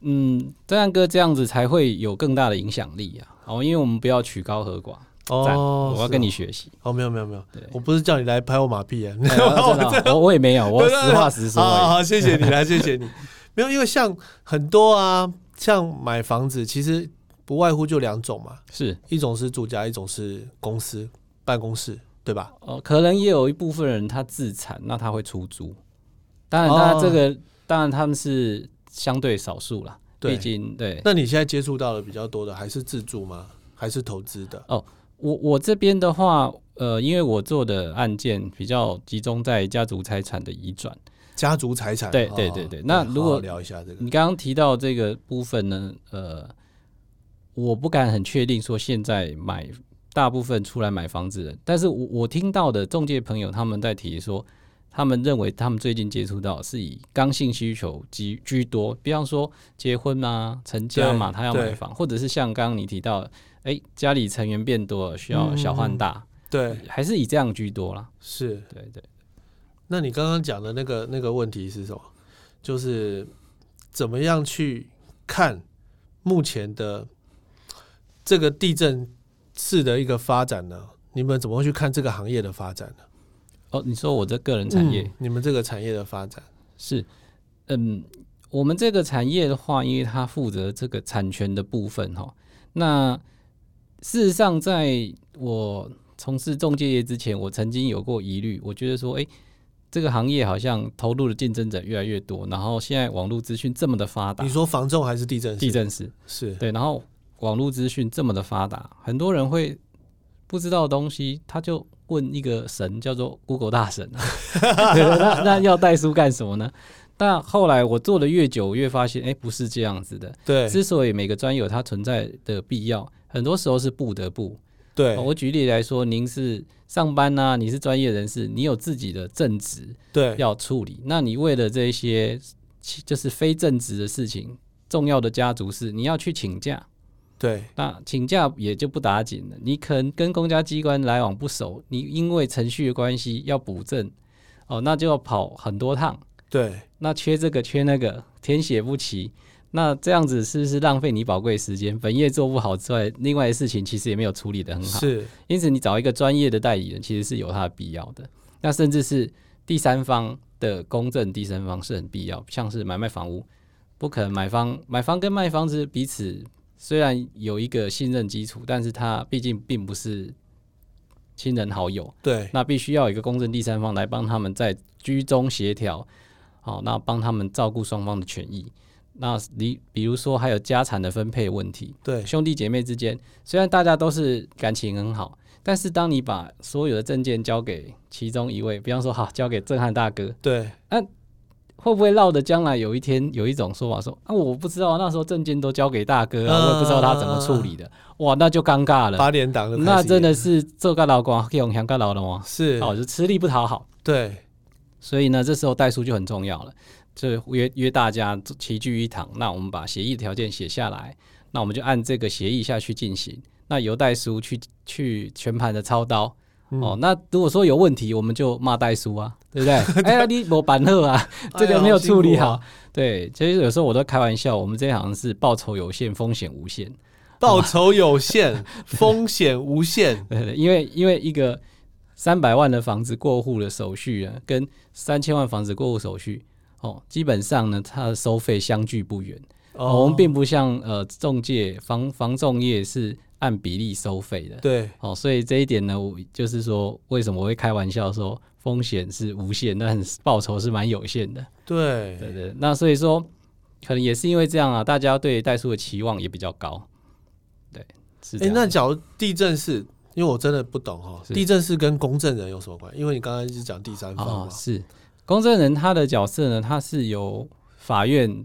Speaker 2: 嗯，这样哥这样子才会有更大的影响力啊。哦，因为我们不要取高和寡， 赞我要跟你
Speaker 1: 哦是
Speaker 2: 学习。
Speaker 1: 哦哦，没有没有没有
Speaker 2: 对，
Speaker 1: 我不是叫你来拍我马屁啊。
Speaker 2: 哎 真的啊我我也没有，我
Speaker 1: 对对对哦
Speaker 2: 实话实说
Speaker 1: 好好
Speaker 2: 而
Speaker 1: 好，谢谢你 啦，谢谢你。没有，因为像很多啊，像买房子，其实不外乎就两种嘛，
Speaker 2: 已。是，
Speaker 1: 一种是住家，一种是公司办公室，对吧？
Speaker 2: 哦，可能也有一部分人他自产，那他会出租。当然，
Speaker 1: 哦
Speaker 2: 他这个、当然他们是相对少数啦，
Speaker 1: 对
Speaker 2: 毕竟对。
Speaker 1: 那你现在接触到的比较多的还是自住吗？还是投资的？
Speaker 2: 我我这边的话，呃，因为我做的案件比较集中在家族财产的移转。
Speaker 1: 家族财产？
Speaker 2: 对
Speaker 1: 哦
Speaker 2: 对对对那
Speaker 1: 好
Speaker 2: 如果嗯
Speaker 1: 好聊一下这个，
Speaker 2: 你刚刚提到这个部分呢，呃，我不敢很确定说现在买大部分出来买房子的人，但是我我听到的中介朋友他们在提说，他们认为他们最近接触到是以刚性需求居居多，比方说结婚啊、成家嘛，
Speaker 1: 对
Speaker 2: 他要买
Speaker 1: 对
Speaker 2: 房，或者是像刚刚你提到，哎，家里成员变多了，需
Speaker 1: 嗯
Speaker 2: 要小换大，
Speaker 1: 对，
Speaker 2: 还是以这样居多啦。
Speaker 1: 是。
Speaker 2: 对对，
Speaker 1: 那你刚刚讲的那个那个问题是什么？就是怎么样去看目前的这个地震式的一个发展呢？你们怎么会去看这个行业的发展呢？
Speaker 2: 哦，你说我这个人产业。
Speaker 1: 嗯你们这个产业的发展，
Speaker 2: 是，嗯，我们这个产业的话，因为它负责这个产权的部分哈。那事实上，在我从事中介业之前，我曾经有过疑虑，我觉得说，诶，这个行业好像投入的竞争者越来越多，然后现在网络资讯这么的发达
Speaker 1: 你，说房仲还是地震师？
Speaker 2: 地震是
Speaker 1: 是
Speaker 2: 对，然后网络资讯这么的发达，很多人会不知道的东西，他就问一个神叫做 Google 大神，啊对那那要代书干什么呢？但后来我做的越久，越发现，哎，不是这样子的。
Speaker 1: 对
Speaker 2: 之所以每个专有它存在的必要，很多时候是不得不。
Speaker 1: 对
Speaker 2: 哦我举例来说，您是上班呐、你是专业人士，你有自己的正职
Speaker 1: 对
Speaker 2: 要处理，那你为了这一些其就是非正职的事情，重要的家族事，你要去请假。
Speaker 1: 对
Speaker 2: 那请假也就不打紧了。你可能跟公家机关来往不熟，你因为程序的关系要补证，哦，那就要跑很多趟，
Speaker 1: 对
Speaker 2: 那缺这个缺那个，填写不齐，那这样子是不是浪费你宝贵时间？本业做不好之外，另外的事情其实也没有处理的很嗯好。
Speaker 1: 是，
Speaker 2: 因此，你找一个专业的代理人其实是有它的必要的。那甚至是第三方的公证，第三方是很必要，像是买卖房屋，不可能买方买方跟卖方是彼此虽然有一个信任基础，但是它毕竟并不是亲人好友，
Speaker 1: 对
Speaker 2: 那必须要有一个公证第三方来帮他们在居中协调，好、那帮他们照顾双方的权益。那你比如说还有家产的分配问题，
Speaker 1: 对
Speaker 2: 兄弟姐妹之间，虽然大家都是感情很好，但是当你把所有的证件交给其中一位，比方说好交给震撼大哥，
Speaker 1: 对
Speaker 2: 会不会闹的将来有一天有一种说法说啊，我不知道啊那时候证件都交给大哥啊，我也不知道他怎么处理的，哇，那就尴尬了，
Speaker 1: 八点档的，
Speaker 2: 那真
Speaker 1: 的
Speaker 2: 的是做个老广用香港老的吗？
Speaker 1: 是
Speaker 2: 哦，就吃力不讨好，
Speaker 1: 对
Speaker 2: 所以呢，这时候代书就很重要了，就约约大家齐聚一堂，那我们把协议条件写下来，那我们就按这个协议下去进行。那由代书去去全盘的操刀、
Speaker 1: 嗯
Speaker 2: 哦。那如果说有问题，我们就骂代书啊，对不 对？哎呀，你我板乐啊，这
Speaker 1: 哎呀
Speaker 2: 个没有处理好。
Speaker 1: 好辛苦
Speaker 2: 对，其实有时候我都开玩笑，我们这行是报酬有限，风险无限。
Speaker 1: 报酬有 限，风险无限，
Speaker 2: 对， 因为因为一个三百万的房子过户的手续啊，跟三千万房子过户手续哦，基本上呢，它的收费相距不远。哦、我们并不像呃中介房房仲业是按比例收费的。
Speaker 1: 对
Speaker 2: 哦，所以这一点呢，我就是说，为什么我会开玩笑说风险是无限，但是报酬是蛮有限的。
Speaker 1: 对
Speaker 2: 对对，那所以说，可能也是因为这样啊，大家对代数的期望也比较高。对，是这
Speaker 1: 哎，
Speaker 2: 样。
Speaker 1: 那假如地震是，因为我真的不懂哦，
Speaker 2: 是
Speaker 1: 地震是跟公证人有什么关系？因为你刚刚是讲第三方
Speaker 2: 哦
Speaker 1: 嘛，，
Speaker 2: 是公证人他的角色呢，他是由法院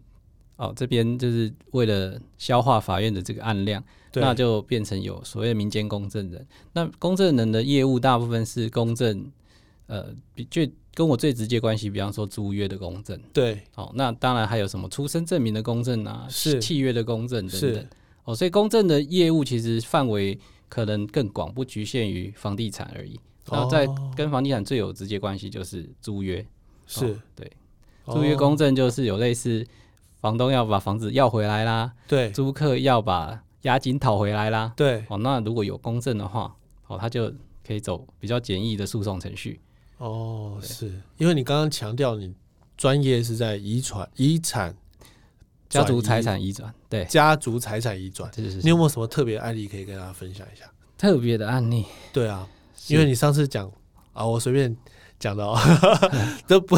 Speaker 2: 哦这边就是为了消化法院的这个案量，
Speaker 1: 对
Speaker 2: 那就变成有所谓的民间公证人。那公证人的业务大部分是公证，呃，比最跟我最直接关系，比方说租约的公证。
Speaker 1: 对
Speaker 2: 哦，那当然还有什么出生证明的公证啊，
Speaker 1: 是
Speaker 2: 契约的公证等等
Speaker 1: 是。
Speaker 2: 哦，所以公证的业务其实范围可能更广，不局限于房地产而已。那在
Speaker 1: 哦
Speaker 2: 跟房地产最有直接关系就是租约，
Speaker 1: 是
Speaker 2: 哦对，
Speaker 1: 哦
Speaker 2: 租约公证就是有类似房东要把房子要回来啦，
Speaker 1: 对
Speaker 2: 租客要把押金讨回来啦。
Speaker 1: 对
Speaker 2: 哦，那如果有公证的话，哦，他就可以走比较简易的诉讼程序。
Speaker 1: 哦，是因为你刚刚强调你专业是在遗传遗产
Speaker 2: 家族
Speaker 1: 转
Speaker 2: 财
Speaker 1: 移
Speaker 2: 产移转，对，
Speaker 1: 家族财产移转，
Speaker 2: 这就是
Speaker 1: 你有没有什么特别案例可以跟大家分享一下？
Speaker 2: 特别的案例。
Speaker 1: 对啊，
Speaker 2: 是
Speaker 1: 因为你上次讲啊，我随便讲的哦， 这不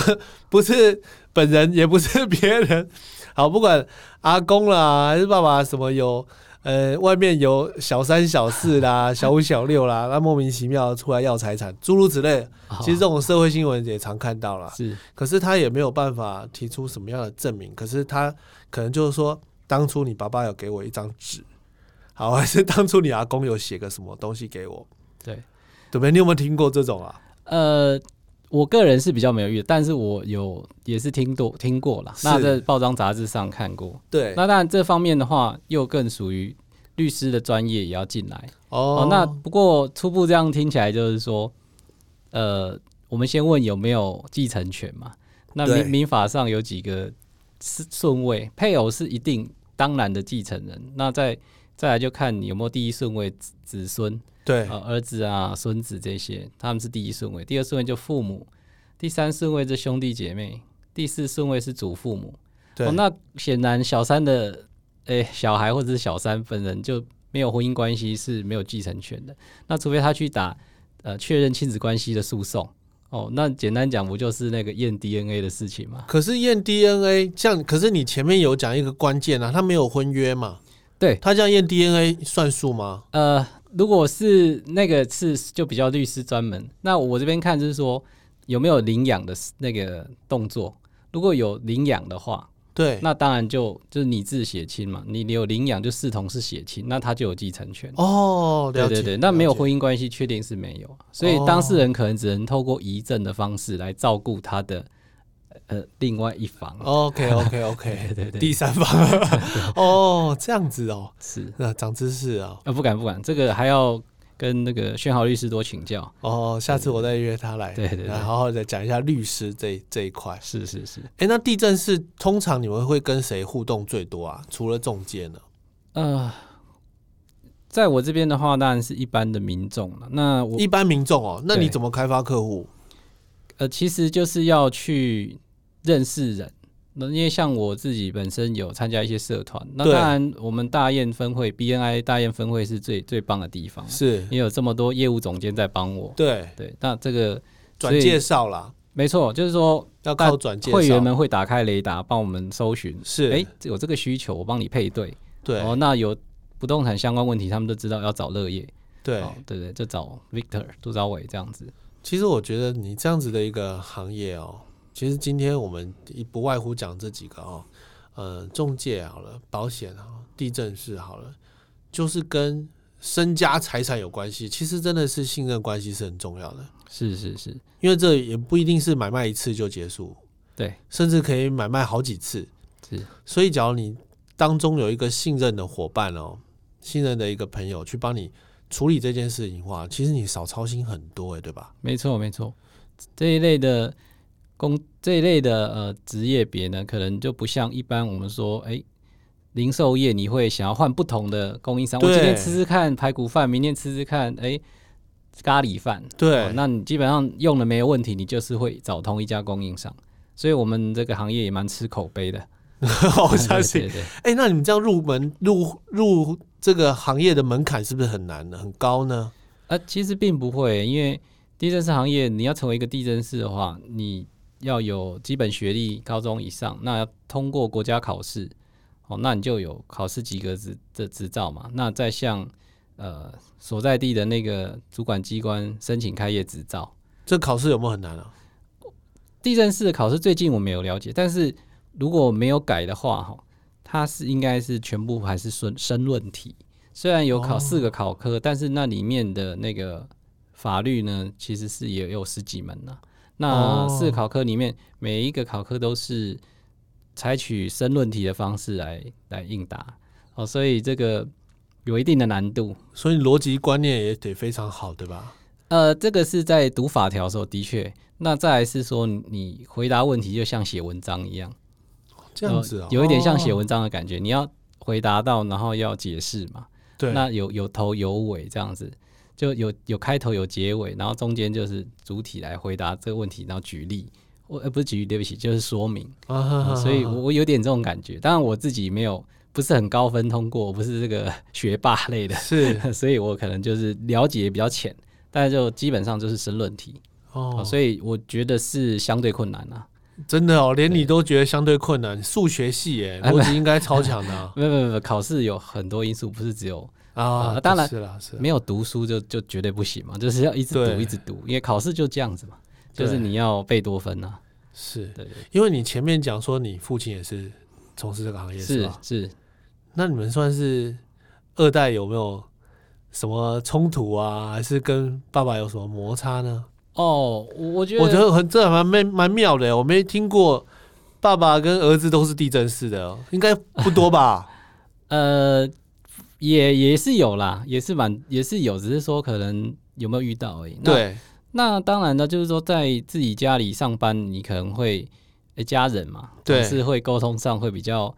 Speaker 1: 不是本人，也不是别人。好，不管阿公啦，还是爸爸，什么有呃，外面有小三、小四啦、小五、小六啦，那莫名其妙出来要财产，诸如此类。
Speaker 2: 哦
Speaker 1: 其实这种社会新闻也常看到啦。
Speaker 2: 是
Speaker 1: 可是他也没有办法提出什么样的证明。可是他可能就是说，当初你爸爸有给我一张纸，好，还是当初你阿公有写个什么东西给我，
Speaker 2: 对。
Speaker 1: 对不对？你有没有听过这种啊？
Speaker 2: 呃，我个人是比较没有遇，但是我有也是听多听过啦。
Speaker 1: 是
Speaker 2: 那在报章杂志上看过。
Speaker 1: 对，
Speaker 2: 那当然这方面的话，又更属于律师的专业也要进来。
Speaker 1: 哦
Speaker 2: 那不过初步这样听起来就是说，呃，我们先问有没有继承权嘛？那
Speaker 1: 对
Speaker 2: 民民法上有几个是顺位，配偶是一定当然的继承人。那再再来就看你有没有第一顺位子子孙。
Speaker 1: 对
Speaker 2: 呃，儿子啊、孙子这些，他们是第一顺位，第二顺位就父母，第三顺位是兄弟姐妹，第四顺位是祖父母。
Speaker 1: 对
Speaker 2: 哦、那显然小三的诶、小孩或者是小三本人就没有婚姻关系是没有继承权的，那除非他去打呃确认亲子关系的诉讼。哦，那简单讲不就是那个验 DNA 的事情吗？
Speaker 1: 可是验 DNA，像可是你前面有讲一个关键啊，他没有婚约嘛，
Speaker 2: 对，
Speaker 1: 他这样验 DNA 算数吗？
Speaker 2: 呃，如果是那个是就比较律师专门，那我这边看就是说有没有领养的那个动作，如果有领养的话，
Speaker 1: 对，
Speaker 2: 那当然就就是拟制血亲嘛，你有领养就视同是血亲，那他就有继承权。
Speaker 1: 哦，了
Speaker 2: 对
Speaker 1: 解，
Speaker 2: 对对，那没有
Speaker 1: 了解
Speaker 2: 婚姻关系，确定是没有啊，所以当事人可能只能透过遗赠的方式来照顾他的呃另外一方。
Speaker 1: OK OK OK，
Speaker 2: 对对对
Speaker 1: 第三方哦，这样子哦，
Speaker 2: 是
Speaker 1: 那长知识啊、
Speaker 2: 啊，不敢不敢，这个还要跟那个宣豪律师多请教。
Speaker 1: 哦，下次我再约他来，
Speaker 2: 对对对
Speaker 1: 然后好好再讲一下律师这一这一块。
Speaker 2: 是是是，
Speaker 1: 哎、那地震是通常你们会跟谁互动最多啊？除了中介呢？
Speaker 2: 呃，在我这边的话，当然是一般的民众了。那我
Speaker 1: 一般民众哦，那
Speaker 2: 对
Speaker 1: 你怎么开发客户？
Speaker 2: 呃，其实就是要去认识人。那因为像我自己本身有参加一些社团，那
Speaker 1: 对
Speaker 2: 当然我们大雁分会 BNI 大雁分会是最最棒的地方，啊
Speaker 1: 是
Speaker 2: 也有这么多业务总监在帮我。
Speaker 1: 对
Speaker 2: 对，那这个所
Speaker 1: 转
Speaker 2: 以
Speaker 1: 介绍啦，
Speaker 2: 没错，就是说
Speaker 1: 要靠转介绍。
Speaker 2: 会员们会打开雷达帮我们搜寻，
Speaker 1: 是
Speaker 2: 哎、有这个需求，我帮你配对。
Speaker 1: 对、
Speaker 2: 哦，那有不动产相关问题，他们都知道要找乐业。
Speaker 1: 对、
Speaker 2: 哦，对对，就找 Victor 杜昭伟这样子。
Speaker 1: 其实我觉得你这样子的一个行业哦，其实今天我们不外乎讲这几个哦，呃，中介好了，保险好了，地震师好了，就是跟身家财产有关系。其实真的是信任关系是很重要的，
Speaker 2: 是是是，
Speaker 1: 因为这也不一定是买卖一次就结束，
Speaker 2: 对，
Speaker 1: 甚至可以买卖好几次。
Speaker 2: 是
Speaker 1: 所以，假如你当中有一个信任的伙伴哦，信任的一个朋友去帮你处理这件事情的话，其实你少操心很多哎，对吧？
Speaker 2: 没错没错。这一类的工这一类的呃职业别呢，可能就不像一般我们说，哎、零售业你会想要换不同的供应商，我
Speaker 1: 对
Speaker 2: 今天吃吃看排骨饭，明天吃吃看，哎、咖喱饭。
Speaker 1: 对
Speaker 2: 哦那你基本上用了没有问题，你就是会找同一家供应商。所以我们这个行业也蛮吃口碑的，
Speaker 1: 我哦相信
Speaker 2: 对。对对
Speaker 1: 哎、那你们这样入门入入这个行业的门槛是不是很难呢？很高呢？
Speaker 2: 啊，其实并不会，因为地震师行业，你要成为一个地震师的话，你要有基本学历，高中以上，那要通过国家考试，哦，那你就有考试及格执的执照嘛。那再向呃所在地的那个主管机关申请开业执照。
Speaker 1: 这考试有没有很难啊？
Speaker 2: 地震师的考试最近我没有了解，但是如果没有改的话，哈，它是应该是全部还是申申论题。虽然有考
Speaker 1: 哦
Speaker 2: 四个考科，但是那里面的那个法律呢，其实是也有十几门呐、那
Speaker 1: 哦
Speaker 2: 四个考科里面，每一个考科都是采取申论题的方式来来应答哦，所以这个有一定的难度。
Speaker 1: 所以逻辑观念也得非常好，对吧？
Speaker 2: 呃，这个是在读法条的时候的确。那再来是说你，你回答问题就像写文章一样。
Speaker 1: 这样子哦
Speaker 2: 呃，有一点像写
Speaker 1: 哦
Speaker 2: 文章的感觉，你要回答到，然后要解释嘛。
Speaker 1: 对，啊
Speaker 2: 那有有头有尾这样子，就有有开头有结尾，然后中间就是主体来回答这个问题，然后举例，我呃不是举例，对不起，就是说明。
Speaker 1: 啊哈哈
Speaker 2: 呃
Speaker 1: 哈
Speaker 2: 所以我我有点这种感觉，当然我自己没有不是很高分通过，我不是这个学霸类的，
Speaker 1: 是
Speaker 2: 所以我可能就是了解比较浅，但就基本上就是申论题、呃
Speaker 1: 哦，
Speaker 2: 所以我觉得是相对困难啊。
Speaker 1: 真的哦，连你都觉得相对困难，数学系耶，
Speaker 2: 哎
Speaker 1: 逻辑应该超强的 啊
Speaker 2: 没有没有没有，考试有很多因素，不是只有
Speaker 1: 啊
Speaker 2: 啊！当然
Speaker 1: 是啦，是啦
Speaker 2: 没有读书就就绝对不行嘛，就是要一直
Speaker 1: 对
Speaker 2: 读一直读，因为考试就这样子嘛，
Speaker 1: 对
Speaker 2: 就是你要贝多芬啊，
Speaker 1: 是
Speaker 2: 对对
Speaker 1: 因为你前面讲说你父亲也是从事这个行业是啊
Speaker 2: 是
Speaker 1: 吧？
Speaker 2: 是，
Speaker 1: 那你们算是二代有没有什么冲突啊？还是跟爸爸有什么摩擦呢？
Speaker 2: 哦，我我觉得
Speaker 1: 我觉得很这还蛮蛮妙的耶，我没听过爸爸跟儿子都是地震式的，哦应该不多吧？
Speaker 2: 呃也也是有啦，也是蛮也是有，只是说可能有没有遇到而 已。那，
Speaker 1: 对，
Speaker 2: 那当然呢，就是说在自己家里上班，你可能会、诶家人嘛，
Speaker 1: 对
Speaker 2: 是会沟通上会比较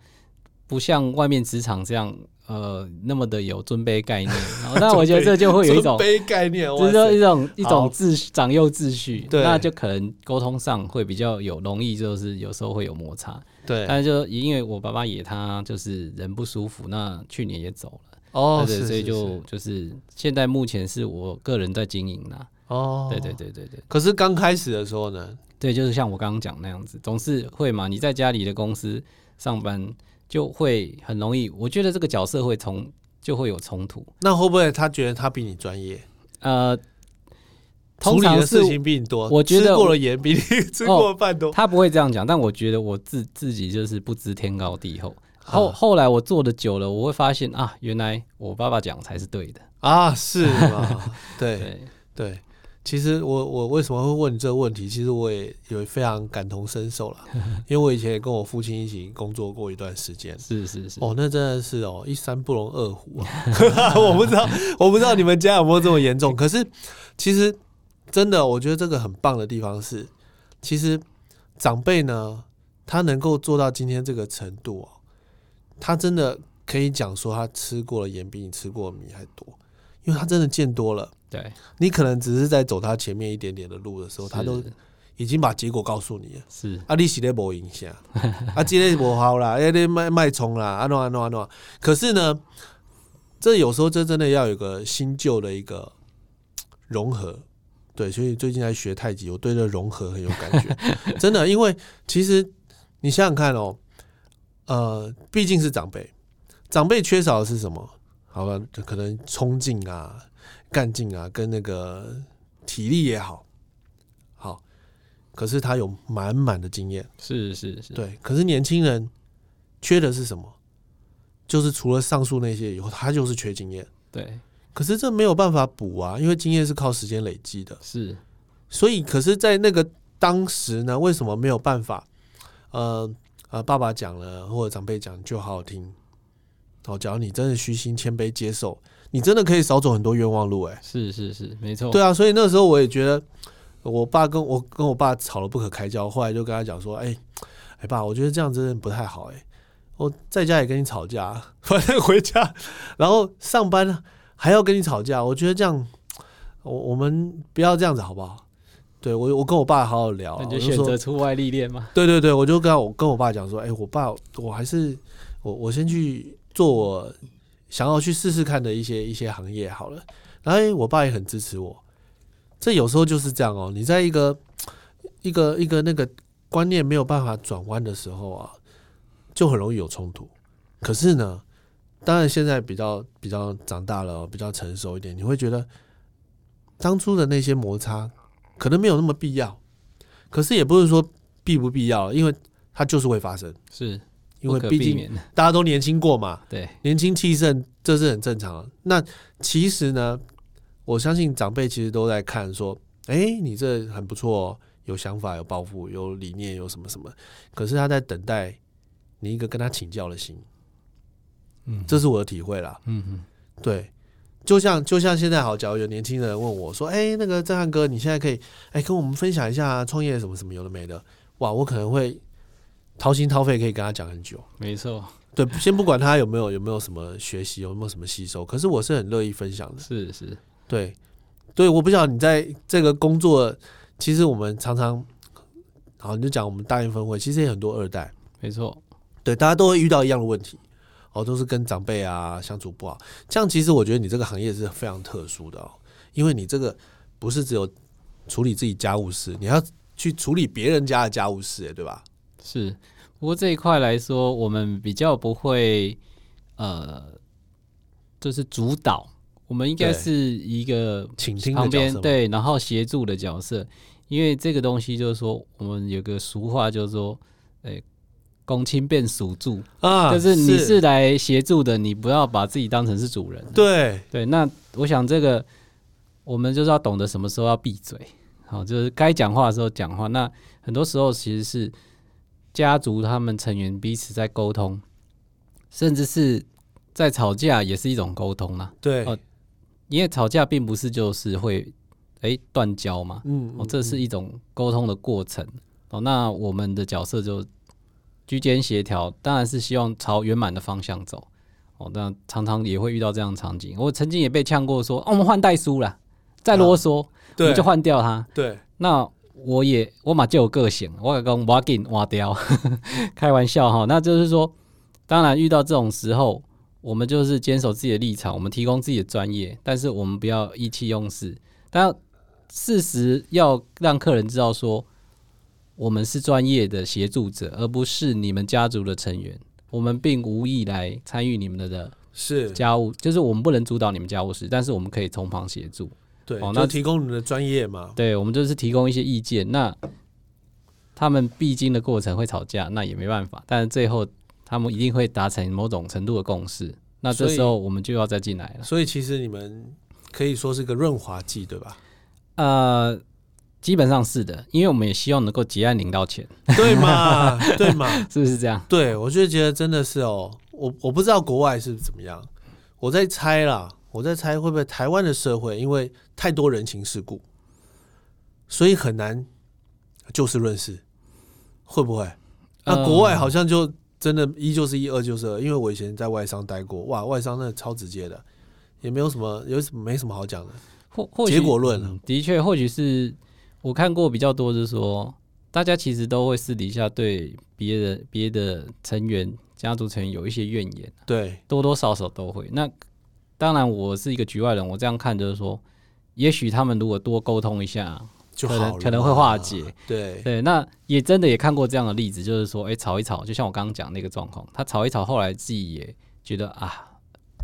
Speaker 2: 不像外面职场这样。呃，那么的有尊卑概念，然后那我觉得这就会有一种
Speaker 1: 尊卑概念，
Speaker 2: 只
Speaker 1: 哇
Speaker 2: 是说一
Speaker 1: 塞，
Speaker 2: 种一
Speaker 1: 好
Speaker 2: 种秩序，长幼秩序，
Speaker 1: 对
Speaker 2: 那就可能沟通上会比较有容易，就是有时候会有摩擦。
Speaker 1: 对，
Speaker 2: 但是就因为我爸爸也他就是人不舒服，那去年也走了，
Speaker 1: 哦，
Speaker 2: 对
Speaker 1: 是
Speaker 2: 对，
Speaker 1: 是
Speaker 2: 所以
Speaker 1: 是
Speaker 2: 就就是现在目前是我个人在经营啦，
Speaker 1: 哦，
Speaker 2: 对对。对对对
Speaker 1: 可是刚开始的时候呢，
Speaker 2: 对，就是像我刚刚讲那样子，总是会嘛，你在家里的公司上班就会很容易，我觉得这个角色会从就会有冲突，
Speaker 1: 那会不会他觉得他比你专业？
Speaker 2: 呃，
Speaker 1: 处
Speaker 2: 通
Speaker 1: 理
Speaker 2: 常
Speaker 1: 的
Speaker 2: 是
Speaker 1: 事情比你多，
Speaker 2: 我觉得
Speaker 1: 吃
Speaker 2: 哦
Speaker 1: 过
Speaker 2: 我
Speaker 1: 了盐比你 吃过的饭多。
Speaker 2: 他不会这样讲，但我觉得我自自己就是不知天高地厚。后
Speaker 1: 啊
Speaker 2: 后来我做的久了，我会发现啊，原来我爸爸讲才是对的。
Speaker 1: 啊，是 吗？对
Speaker 2: 对，
Speaker 1: 对，其实我我为什么会问你这个问题？其实我也有非常感同身受 啦，因为我以前也跟我父亲一起工作过一段时间。
Speaker 2: 是是是，
Speaker 1: 哦，那真的是哦，一山不容二虎啊！ 我不知道，我不知道你们家有没有这么严重。可是，其实真的，我觉得这个很棒的地方是，其实长辈呢，他能够做到今天这个程度哦，他真的可以讲说他吃过的盐比你吃过的米还多，因为他真的见多了。
Speaker 2: 对，
Speaker 1: 你可能只是在走他前面一点点的路的时候，他都已经把结果告诉你了。
Speaker 2: 是
Speaker 1: 啊，你是咧无影响， 啊，今天无好啦，哎，你卖卖冲啦，啊，诺啊诺啊诺。可是呢，这有时候这真的要有个新旧的一个融合。对，所以最近在学太极，我对这融合很有感觉， 真的，因为其实你想想看哦，呃，毕竟是长辈，长辈缺少的是什么？好吧，可能冲劲啊、干劲啊，跟那个体力也好，好，可是他有满满的经验。
Speaker 2: 是是是，
Speaker 1: 对，可是年轻人缺的是什么？就是除了上述那些以后，他就是缺经验。
Speaker 2: 对
Speaker 1: 可是这没有办法补啊，因为经验是靠时间累积的。
Speaker 2: 是
Speaker 1: 所以，可是，在那个当时呢，为什么没有办法？呃呃，爸爸讲了，或者长辈讲，就好好听。哦，假如你真的虚心谦卑接受，你真的可以少走很多冤枉路、欸。
Speaker 2: 是是是，没错。
Speaker 1: 对啊，所以那时候我也觉得，我爸跟我跟我爸吵得不可开交，后来就跟他讲说，哎、哎爸，我觉得这样真的不太好、哎，我在家也跟你吵架， 反正回家，然后上班还要跟你吵架，我觉得这样，我我们不要这样子好不好？对我我跟我爸好好聊啊，
Speaker 2: 那你
Speaker 1: 我
Speaker 2: 就
Speaker 1: 就
Speaker 2: 选择
Speaker 1: 说，
Speaker 2: 出外历练嘛。
Speaker 1: 对对对，我就跟他我跟我爸讲说，哎、我爸，我还是我我先去做我想要去试试看的一些一些行业好了。然后、哎我爸也很支持我。这有时候就是这样哦，你在一个一个一个那个观念没有办法转弯的时候啊，就很容易有冲突。可是呢，当然现在比较比较长大了哦，比较成熟一点，你会觉得当初的那些摩擦可能没有那么必要，可是也不是说必不必要，因为它就是会发生，
Speaker 2: 是，
Speaker 1: 因为
Speaker 2: 不可
Speaker 1: 毕
Speaker 2: 避
Speaker 1: 竟
Speaker 2: 免的。
Speaker 1: 大家都年轻过嘛，
Speaker 2: 对，
Speaker 1: 年轻气盛，这是很正常的。那其实呢，我相信长辈其实都在看说，哎、你这很不错、哦，有想法，有抱负，有理念，有什么什么。可是他在等待你一个跟他请教的心，
Speaker 2: 嗯
Speaker 1: 这是我的体会啦。
Speaker 2: 嗯嗯，
Speaker 1: 对，就像就像现在好，假如有年轻人问我说，哎、那个震撼哥，你现在可以哎、跟我们分享一下创业什么什么有的没的，哇，我可能会掏心掏肺可以跟他讲很久。
Speaker 2: 没错，
Speaker 1: 对，先不管他有没有有没有什么学习，有没有什么吸收，可是我是很乐意分享的。
Speaker 2: 是是
Speaker 1: 对，对，我不晓得你在这个工作，其实我们常常，好，你就讲我们大运分会，其实也很多二代，
Speaker 2: 没错，
Speaker 1: 对，大家都会遇到一样的问题，哦，都是跟长辈啊相处不好。这样其实我觉得你这个行业是非常特殊的哦，因为你这个不是只有处理自己家务事，你还要去处理别人家的家务事，哎对吧？
Speaker 2: 是。不过这一块来说，我们比较不会，呃，就是主导，我们应该
Speaker 1: 对
Speaker 2: 是一个
Speaker 1: 倾听的
Speaker 2: 旁
Speaker 1: 角
Speaker 2: 边
Speaker 1: 色嘛，
Speaker 2: 对，然后协助的角色，因为这个东西就是说，我们有个俗话就是说，诶、公亲变属助，
Speaker 1: 啊，
Speaker 2: 就是你是来协助的，你不要把自己当成是主人。
Speaker 1: 对，
Speaker 2: 对，那我想这个我们就是要懂得什么时候要闭嘴，好，就是该讲话的时候讲话。那很多时候其实是家族他们成员彼此在沟通，甚至是在吵架也是一种沟通啦。
Speaker 1: 对，
Speaker 2: 哦因为吵架并不是就是会诶断交嘛，
Speaker 1: 嗯
Speaker 2: 哦，这是一种沟通的过程哦。那我们的角色就居间协调，当然是希望朝圆满的方向走哦。那常常也会遇到这样的场景，我曾经也被呛过说，哦，我们换代书啦，再啰嗦，我
Speaker 1: 啊对
Speaker 2: 们就换掉它。
Speaker 1: 对
Speaker 2: 那我也我嘛就有个性，我讲我给挖掉， 开玩笑哈。那就是说，当然遇到这种时候，我们就是坚守自己的立场，我们提供自己的专业，但是我们不要意气用事。但事实要让客人知道说，我们是专业的协助者，而不是你们家族的成员。我们并无意来参与你们的
Speaker 1: 是
Speaker 2: 家务，就是我们不能主导你们家务事，但是我们可以从旁协助。
Speaker 1: 对，
Speaker 2: 哦
Speaker 1: 就
Speaker 2: 那
Speaker 1: 提供你的专业嘛，
Speaker 2: 对我们就是提供一些意见。那他们必经的过程会吵架，那也没办法，但是最后他们一定会达成某种程度的共识。那这
Speaker 1: 所以
Speaker 2: 时候我们就要再进来了。
Speaker 1: 所以其实你们可以说是个润滑剂，对 吧？
Speaker 2: 呃，基本上是的，因为我们也希望能够结案领到钱，
Speaker 1: 对嘛，对嘛，
Speaker 2: 是不是这样？
Speaker 1: 对，我就觉得真的是哦，我我不知道国外是怎么样，我在猜啦，我在猜会不会台湾的社会因为太多人情世故，所以很难就事论事，会不会？
Speaker 2: 呃
Speaker 1: 那啊国
Speaker 2: 嗯
Speaker 1: 外好像就真的一就是一，二就是二，因为我以前在外商待过，哇，外商那超直接的，也没有什么有什么没什么好讲的，
Speaker 2: 或或许
Speaker 1: 结果论啊
Speaker 2: 嗯的确，或许是我看过比较多，就是说大家其实都会私底下对别人别的成员家族成员有一些怨言。
Speaker 1: 对
Speaker 2: 多多少少都会。那当然，我是一个局外人，我这样看就是说，也许他们如果多沟通一下，
Speaker 1: 就
Speaker 2: 可
Speaker 1: 好
Speaker 2: 能
Speaker 1: 了
Speaker 2: 可能
Speaker 1: 嘛
Speaker 2: 会化解。
Speaker 1: 对
Speaker 2: 对，那也真的也看过这样的例子，就是说，哎、吵一吵，就像我刚刚讲那个状况，他吵一吵，后来自己也觉得啊。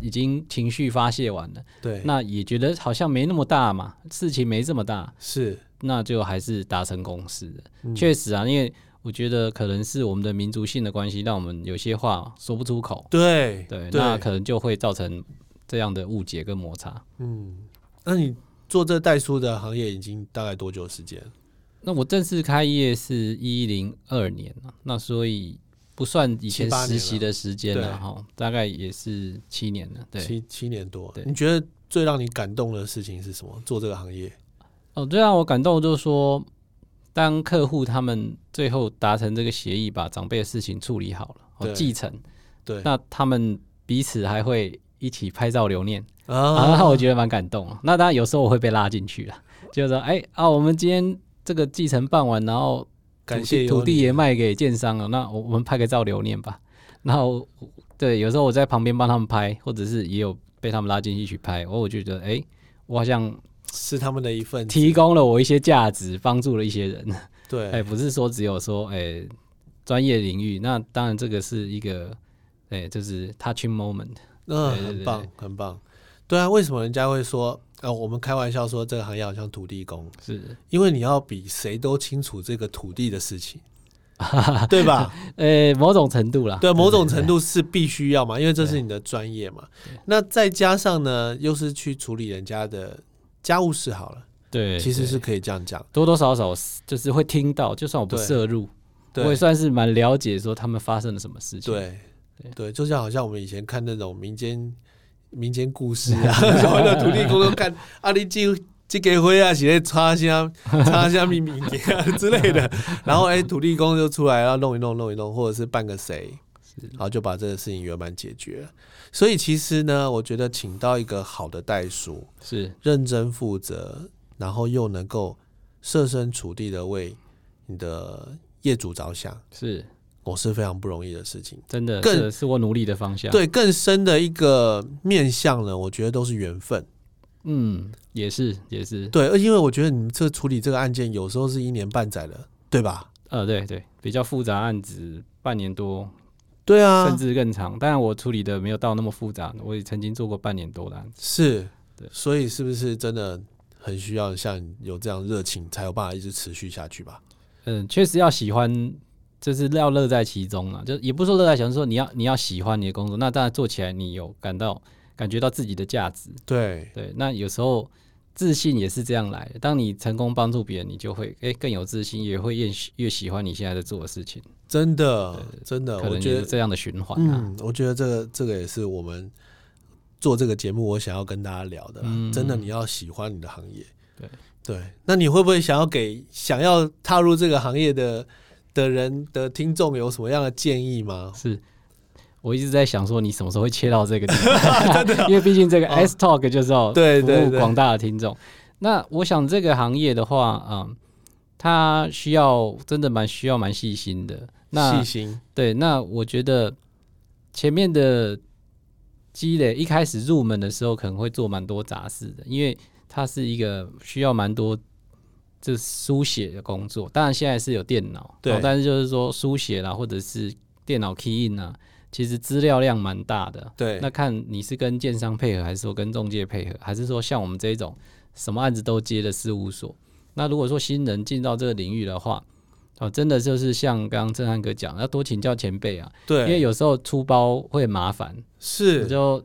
Speaker 2: 已经情绪发泄完了，
Speaker 1: 对，
Speaker 2: 那也觉得好像没那么大嘛，事情没这么大，
Speaker 1: 是
Speaker 2: 那就还是达成共识的。
Speaker 1: 嗯
Speaker 2: 确实啊，因为我觉得可能是我们的民族性的关系，让我们有些话说不出口，
Speaker 1: 对
Speaker 2: 对，那可能就会造成这样的误解跟摩擦。
Speaker 1: 嗯，那你做这代书的行业已经大概多久时间？
Speaker 2: 那我正式开业是一零二年啊那所以不算以前
Speaker 1: 七八年了
Speaker 2: 实习的时间
Speaker 1: 对
Speaker 2: 了哈，大概也是七年了。对，
Speaker 1: 七七年多
Speaker 2: 对。
Speaker 1: 你觉得最让你感动的事情是什么？做这个行业，
Speaker 2: 哦，最让我感动就是说，当客户他们最后达成这个协议，把长辈的事情处理好了，哦，
Speaker 1: 对
Speaker 2: 继承，
Speaker 1: 对
Speaker 2: 那他们彼此还会一起拍照留念。啊，那
Speaker 1: 啊
Speaker 2: 我觉得蛮感动啊。那当然有时候我会被拉进去了，就是说，哎、啊，我们今天这个继承办完，然后土
Speaker 1: 感
Speaker 2: 地
Speaker 1: 谢有
Speaker 2: 土地
Speaker 1: 你
Speaker 2: 也卖给建商了，那我我们拍个照留念吧。然后对，有时候我在旁边帮他们拍，或者是也有被他们拉进去一起拍，我我就觉得，哎、我好像
Speaker 1: 是他们的一份子，
Speaker 2: 提供了我一些价值，帮助了一些人。
Speaker 1: 对，
Speaker 2: 哎、不是说只有说，哎、专业领域，那当然这个是一个，哎、就是 touching moment。
Speaker 1: 嗯，
Speaker 2: 对对
Speaker 1: 很
Speaker 2: 对
Speaker 1: 棒，很棒。对啊，为什么人家会说，呃，我们开玩笑说这个行业好像土地公，
Speaker 2: 是，
Speaker 1: 因为你要比谁都清楚这个土地的事 情，对吧？
Speaker 2: 呃、某种程度啦。
Speaker 1: 对，某种程
Speaker 2: 度。
Speaker 1: 度是必须要嘛，因为这是你的专业嘛。那再加上呢，又是去处理人家的家务事好了，
Speaker 2: 对，
Speaker 1: 其实
Speaker 2: 对
Speaker 1: 是可以这样讲。
Speaker 2: 多多少少是就是会听到，就算我不
Speaker 1: 对
Speaker 2: 摄入，我也
Speaker 1: 对
Speaker 2: 算是蛮了解说他们发生了什么事情。
Speaker 1: 对
Speaker 2: 对
Speaker 1: 对，就像好像我们以前看那种民间民间故事 啊，什么的土地公公看啊，你这这个灰啊，写在插香插香秘密啊之类的，然后哎、土地公就出来，然后弄一弄弄一弄，或者是扮个谁，然后就把这个事情圆满解决了。所以其实呢，我觉得请到一个好的代书，
Speaker 2: 是
Speaker 1: 认真负责，然后又能够设身处地的为你的业主着想，
Speaker 2: 是，
Speaker 1: 我是非常不容易的事情。
Speaker 2: 真的，
Speaker 1: 更
Speaker 2: 这是我努力的方向。，
Speaker 1: 对更深的一个面向呢，我觉得都是缘分。
Speaker 2: 嗯，也是也是，
Speaker 1: 对，而因为我觉得你这处理这个案件，有时候是一年半载的，对吧？
Speaker 2: 呃，对对，比较复杂案子，半年多
Speaker 1: 对
Speaker 2: 甚
Speaker 1: 啊，
Speaker 2: 至更长，当然我处理的没有到那么复杂，我也曾经做过半年多的案子。
Speaker 1: 是
Speaker 2: 对，
Speaker 1: 所以是不是真的很需要像你有这样热情，才有办法一直持续下去吧？
Speaker 2: 嗯，确实要喜欢。就是要乐在其中啊，就也不是说乐在其中，就是说你要你要喜欢你的工作，那当然做起来你有感到感觉到自己的价值，
Speaker 1: 对，
Speaker 2: 对，那有时候自信也是这样来的。当你成功帮助别人，你就会诶更有自信，也会越喜越喜欢你现在在做的事情。
Speaker 1: 真的，真的，
Speaker 2: 可
Speaker 1: 我
Speaker 2: 能
Speaker 1: 觉
Speaker 2: 也
Speaker 1: 得
Speaker 2: 是这样的循环啊。
Speaker 1: 嗯，我觉得这个这个也是我们做这个节目我想要跟大家聊的啦。
Speaker 2: 嗯
Speaker 1: 真的，你要喜欢你的行业。
Speaker 2: 对
Speaker 1: 对，那你会不会想要给想要踏入这个行业的的人的听众有什么样的建议吗？
Speaker 2: 是我一直在想说，你什么时候会切到 这个地方？因为毕竟这个 S Talk 就是要
Speaker 1: 啊哦对
Speaker 2: 服
Speaker 1: 对
Speaker 2: 务
Speaker 1: 对
Speaker 2: 广大的听众。那我想这个行业的话，嗯，它需要真的蛮需要蛮细心的。那
Speaker 1: 细心，
Speaker 2: 对，那我觉得前面的积累，一开始入门的时候可能会做蛮多杂事的，因为它是一个需要蛮多就是书写的工作。当然现在是有电脑，
Speaker 1: 对
Speaker 2: 哦但是就是说书写啦，或者是电脑 key in 啊，其实资料量蛮大的。
Speaker 1: 对
Speaker 2: 那看你是跟建商配合，还是说跟中介配合，还是说像我们这一种什么案子都接的事务所。那如果说新人进到这个领域的话，哦，真的就是像刚刚郑汉哥讲，要多请教前辈啊，因为
Speaker 1: 对，
Speaker 2: 有时候出包会麻烦，我
Speaker 1: 是，
Speaker 2: 就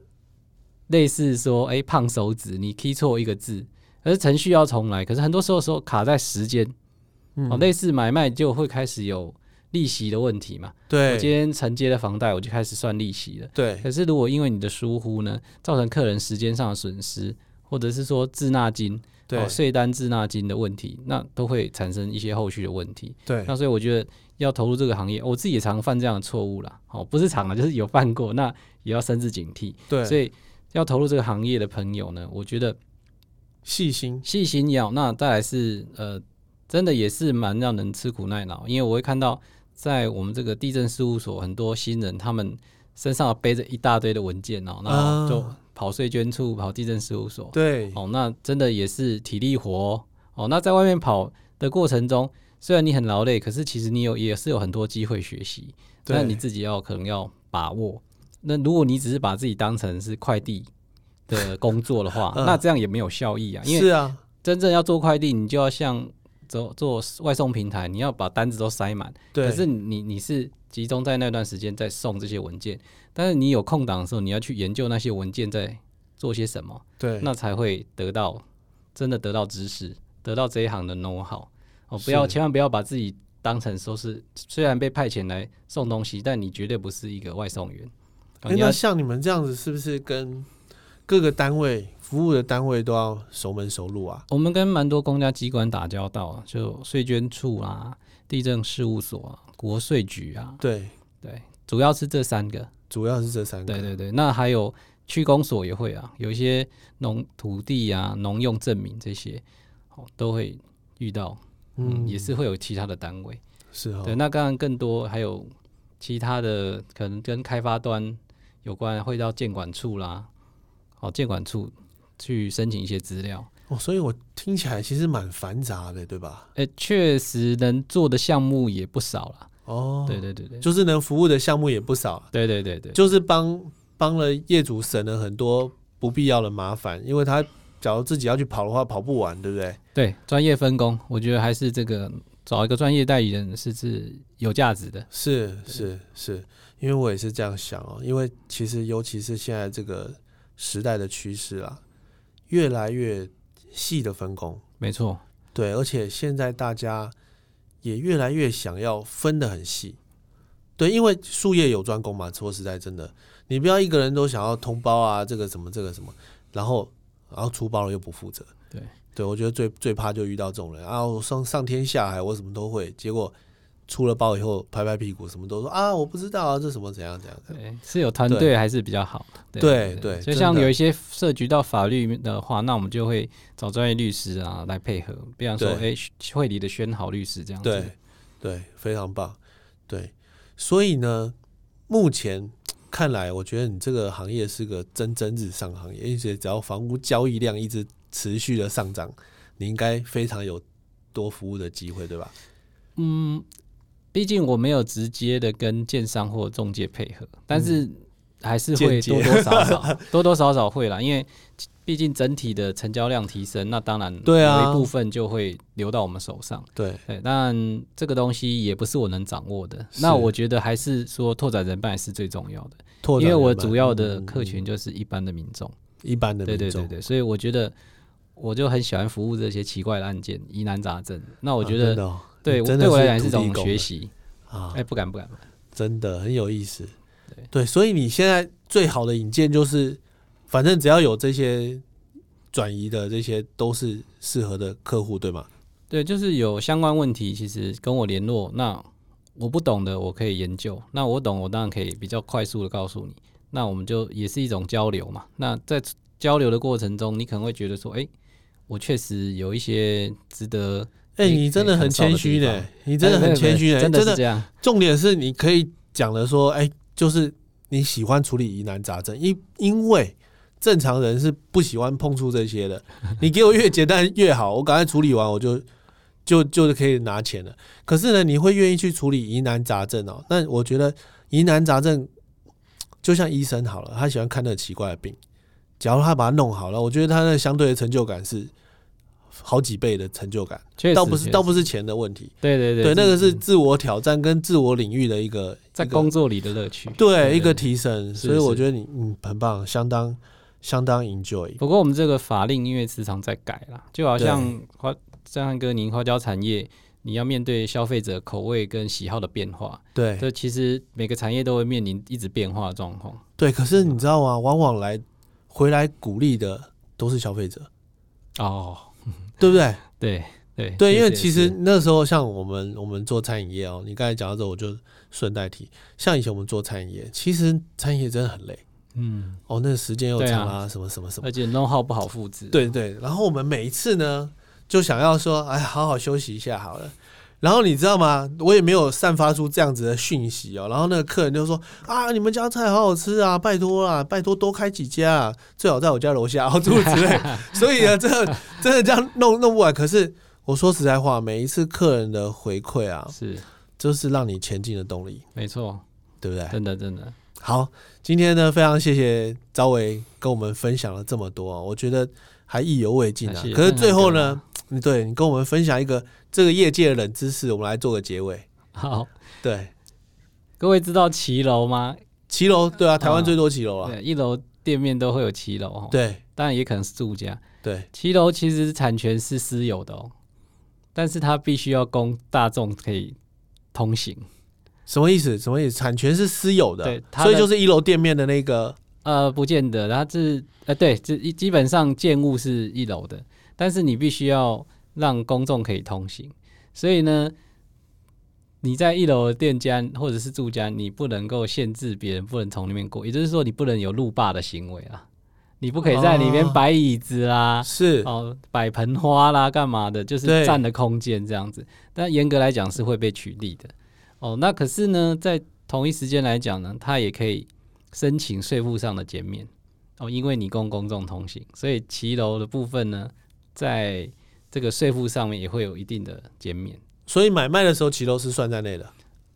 Speaker 2: 类似说，哎、胖手指，你 key 错一个字，可是程序要重来，可是很多时候时候卡在时间，
Speaker 1: 嗯
Speaker 2: 哦，类似买卖就会开始有利息的问题嘛。我
Speaker 1: 对，
Speaker 2: 今天承接哦了房贷，我就开始算利息了。
Speaker 1: 对，
Speaker 2: 可是如果因为你的疏忽呢，造成客人时间上的损失，或者是说滞纳金、
Speaker 1: 对
Speaker 2: 哦、，税单滞纳金的问题，那都会产生一些后续的问题。
Speaker 1: 对，
Speaker 2: 那所以我觉得要投入这个行业，我自己也常犯这样的错误啦。哦，不是常了，就是有犯过，那也要深自警惕。所
Speaker 1: 对，
Speaker 2: 以要投入这个行业的朋友呢，我觉得
Speaker 1: 细心，
Speaker 2: 细心要，那再来是呃，真的也是蛮让人吃苦耐劳，因为我会看到在我们这个地震事务所，很多新人他们身上背着一大堆的文件哦，然后就跑税捐处、跑地震事务所，
Speaker 1: 对，
Speaker 2: 哦，那真的也是体力活哦哦。那在外面跑的过程中，虽然你很劳累，可是其实你有也是有很多机会学习，那
Speaker 1: 对，
Speaker 2: 你自己要可能要把握。那如果你只是把自己当成是快递的工作的话
Speaker 1: 嗯
Speaker 2: 那这样也没有效益啊。因
Speaker 1: 是
Speaker 2: 为
Speaker 1: 啊，
Speaker 2: 真正要做快递，你就要像做做外送平台，你要把单子都塞满。
Speaker 1: 对，
Speaker 2: 可是你你是集中在那段时间在送这些文件，但是你有空档的时候，你要去研究那些文件在做些什么。
Speaker 1: 对，
Speaker 2: 那才会得到真的得到知识，得到这一行的 know how。哦，不要
Speaker 1: 是
Speaker 2: 千万不要把自己当成说是，虽然被派遣来送东西，但你绝对不是一个外送员。哦
Speaker 1: 诶
Speaker 2: 你要
Speaker 1: 那像你们这样子，是不是跟各个单位服务的单位都要熟门熟路啊？
Speaker 2: 我们跟蛮多公家机关打交道啊，就税捐处啊、地震事务所啊、国税局啊，
Speaker 1: 对，
Speaker 2: 对，主要是这三个。
Speaker 1: 主要是这三个。
Speaker 2: 对对对，那还有区公所也会啊，有一些农土地啊、农用证明这些，哦，都会遇到，嗯，也是会有其他的单位。
Speaker 1: 是哦
Speaker 2: 对，，那当然更多还有其他的，可能跟开发端有关，会到监管处啦，哦，监管处去申请一些资料。
Speaker 1: 哦，所以我听起来其实蛮繁杂的，对吧？
Speaker 2: 哎、确实能做的项目也不少啦。
Speaker 1: 哦，
Speaker 2: 对对对对，
Speaker 1: 就是能服务的项目也不少，
Speaker 2: 对对对对，
Speaker 1: 就是帮帮了业主省了很多不必要的麻烦，因为他假如自己要去跑的话，跑不完，对不对？
Speaker 2: 对专业分工，我觉得还是这个找一个专业代理人是是有价值的。
Speaker 1: 是是是，因为我也是这样想哦，因为其实尤其是现在这个时代的趋势啊，越来越细的分工，
Speaker 2: 没错，
Speaker 1: 对，而且现在大家也越来越想要分得很细，对，因为术业有专攻嘛。说实在，真的，你不要一个人都想要通包啊，这个什么这个什么，然后然后出包了又不负责。
Speaker 2: 对，
Speaker 1: 对我觉得最最怕就遇到这种人啊，我上上天下海我什么都会，结果出了包以后拍拍屁股，什么都说啊我不知道啊，这什么怎样怎样怎样。
Speaker 2: 对，是有团
Speaker 1: 对
Speaker 2: 队还是比较好。
Speaker 1: 对对
Speaker 2: 就
Speaker 1: 真
Speaker 2: 像
Speaker 1: 的
Speaker 2: 有一些涉及到法律的话，那我们就会找专业律师啊来配合，比方说，哎、
Speaker 1: 对
Speaker 2: 会理的宣好律师这样子。
Speaker 1: 对，对，非常棒。对，所以呢，目前看来，我觉得你这个行业是个蒸蒸日上行业，而且只要房屋交易量一直持续的上涨，你应该非常有多服务的机会，对吧？
Speaker 2: 嗯，毕竟我没有直接的跟建商或中介配合，但是还是会
Speaker 1: 嗯间接
Speaker 2: 多多少 少多多少少会啦，因为毕竟整体的成交量提升，那当然
Speaker 1: 对啊
Speaker 2: 有一部分就会流到我们手上。
Speaker 1: 对，
Speaker 2: 对，但这个东西也不是我能掌握的。
Speaker 1: 是
Speaker 2: 那我觉得还是说拓展人脉是最重要的，
Speaker 1: 拓
Speaker 2: 因为
Speaker 1: 展
Speaker 2: 我
Speaker 1: 人脉
Speaker 2: 主要的
Speaker 1: 嗯
Speaker 2: 客群
Speaker 1: 嗯
Speaker 2: 就是一般的民众。
Speaker 1: 一般的
Speaker 2: 对
Speaker 1: 民
Speaker 2: 对
Speaker 1: 众啊
Speaker 2: 对，对，所以我觉得我就很喜欢服务这些奇怪的案件、疑难杂症。那我
Speaker 1: 啊
Speaker 2: 觉
Speaker 1: 真
Speaker 2: 得、
Speaker 1: 的哦
Speaker 2: 对
Speaker 1: 你
Speaker 2: 我
Speaker 1: 真的
Speaker 2: 对我来讲是一
Speaker 1: 土地
Speaker 2: 种
Speaker 1: 公
Speaker 2: 学
Speaker 1: 了
Speaker 2: 习。
Speaker 1: 啊
Speaker 2: 哎、，不敢不敢，
Speaker 1: 真的很有意思。
Speaker 2: 对
Speaker 1: 对，所以你现在最好的引荐就是，反正只要有这些转移的，这些都是适合的客户，对吗？
Speaker 2: 对，就是有相关问题，其实跟我联络，那我不懂的我可以研究，那我懂我当然可以比较快速的告诉你，那我们就也是一种交流嘛。那在交流的过程中，你可能会觉得说，哎、我确实有一些值得，
Speaker 1: 哎、
Speaker 2: 可以
Speaker 1: 你真的很谦虚
Speaker 2: 可以
Speaker 1: 呢
Speaker 2: 看到，
Speaker 1: 你真的很谦虚呢，
Speaker 2: 真的是
Speaker 1: 真
Speaker 2: 这
Speaker 1: 的。
Speaker 2: 样，
Speaker 1: 重点是你可以讲的说，哎、就是你喜欢处理疑难杂症，因因为正常人是不喜欢碰触这些的。你给我越简单越好，我赶快处理完我就就就是可以拿钱了。可是呢，你会愿意去处理疑难杂症哦？那我觉得疑难杂症就像医生好了，他喜欢看那个奇怪的病，假如他把它弄好了，我觉得他的相对的成就感是好几倍的成就感，
Speaker 2: 确实
Speaker 1: 倒不是
Speaker 2: 确
Speaker 1: 倒
Speaker 2: 实
Speaker 1: 不是钱的问题，
Speaker 2: 对对对
Speaker 1: 对，那个是
Speaker 2: 嗯
Speaker 1: 自我挑战跟自我领域的一个
Speaker 2: 在
Speaker 1: 一个
Speaker 2: 工作里的乐趣。
Speaker 1: 对一个提升，
Speaker 2: 是
Speaker 1: 所以我
Speaker 2: 是
Speaker 1: 觉得你嗯很棒，相当相当 enjoy。
Speaker 2: 不过我们这个法令因为时常在改啦，就好像花像哥您花椒产业，你要面对消费者口味跟喜好的变化，
Speaker 1: 对
Speaker 2: 这其实每个产业都会面临一直变化的状况。
Speaker 1: 对，可是你知道吗？往往来回来鼓励的都是消费者，
Speaker 2: 哦，
Speaker 1: 对不对？
Speaker 2: 对对
Speaker 1: 对，
Speaker 2: 确
Speaker 1: 因为
Speaker 2: 也
Speaker 1: 其实
Speaker 2: 是
Speaker 1: 那时候像我们我们做餐饮业哦，你刚才讲到这，我就顺带提，像以前我们做餐饮业，其实餐饮业真的很累
Speaker 2: 嗯，
Speaker 1: 哦，那个时间又
Speaker 2: 对啊
Speaker 1: 长啦、什么什么什么，
Speaker 2: 而且 know how 不好复制。
Speaker 1: 对对。然后我们每一次呢，就想要说，哎，好好休息一下好了。然后你知道吗？我也没有散发出这样子的讯息哦。然后那个客人就说：“啊，你们家菜好好吃啊，拜托啦，拜托多开几家、啊，最好在我家楼下哦，诸如此类。”所以呢，真的真的这样弄弄不完。可是我说实在话，每一次客人的回馈啊，
Speaker 2: 是
Speaker 1: 就是让你前进的动力，
Speaker 2: 没错，
Speaker 1: 对不对？
Speaker 2: 真的真的，
Speaker 1: 好，今天呢，非常谢谢招维跟我们分享了这么多、啊，我觉得还意犹未尽啊
Speaker 2: 谢。谢
Speaker 1: 可是最后呢，你对啊你跟我们分享一个这个业界的冷知识，我们来做个结尾。
Speaker 2: 好，
Speaker 1: 对，
Speaker 2: 各位知道骑楼吗？
Speaker 1: 骑楼，对啊，台湾最多骑楼啊，
Speaker 2: 对，一楼店面都会有骑楼哦，
Speaker 1: 对
Speaker 2: 当然也可能是住家。
Speaker 1: 对
Speaker 2: 骑楼其实产权是私有的哦，但是它必须要供大众可以通行。
Speaker 1: 什么意思？什么意思？产权是私有的，啊
Speaker 2: 对它的
Speaker 1: 所以就是一楼店面的那个，
Speaker 2: 呃，不见得，它是呃，对，这一基本上建物是一楼的，但是你必须要让公众可以通行。所以呢，你在一楼的店家或者是住家，你不能够限制别人不能从里面过，也就是说，你不能有路霸的行为啊，你不可以在里面
Speaker 1: 哦
Speaker 2: 摆椅子啦、
Speaker 1: 是
Speaker 2: 哦，摆盆花啦，干嘛的，就是
Speaker 1: 对
Speaker 2: 占了空间这样子。但严格来讲是会被取缔的。哦，那可是呢，在同一时间来讲呢，它也可以申请税负上的减免。哦，因为你供公众通行，所以骑楼的部分呢，在这个税负上面也会有一定的减免。
Speaker 1: 所以买卖的时候骑楼是算在内的。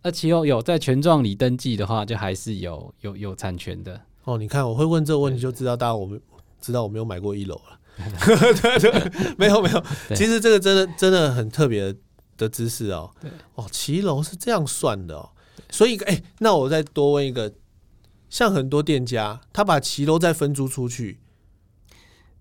Speaker 2: 那骑楼有在权状里登记的话，就还是有有有产权的。
Speaker 1: 哦，你看我会问这个问题，就知道大家我们知道我没有买过一楼 了。对对，没有没有。
Speaker 2: 对
Speaker 1: 其实这个真的真的很特别的知识哦
Speaker 2: 对。
Speaker 1: 哦，骑楼是这样算的哦。所以，哎、那我再多问一个，像很多店家，他把骑楼再分租出去，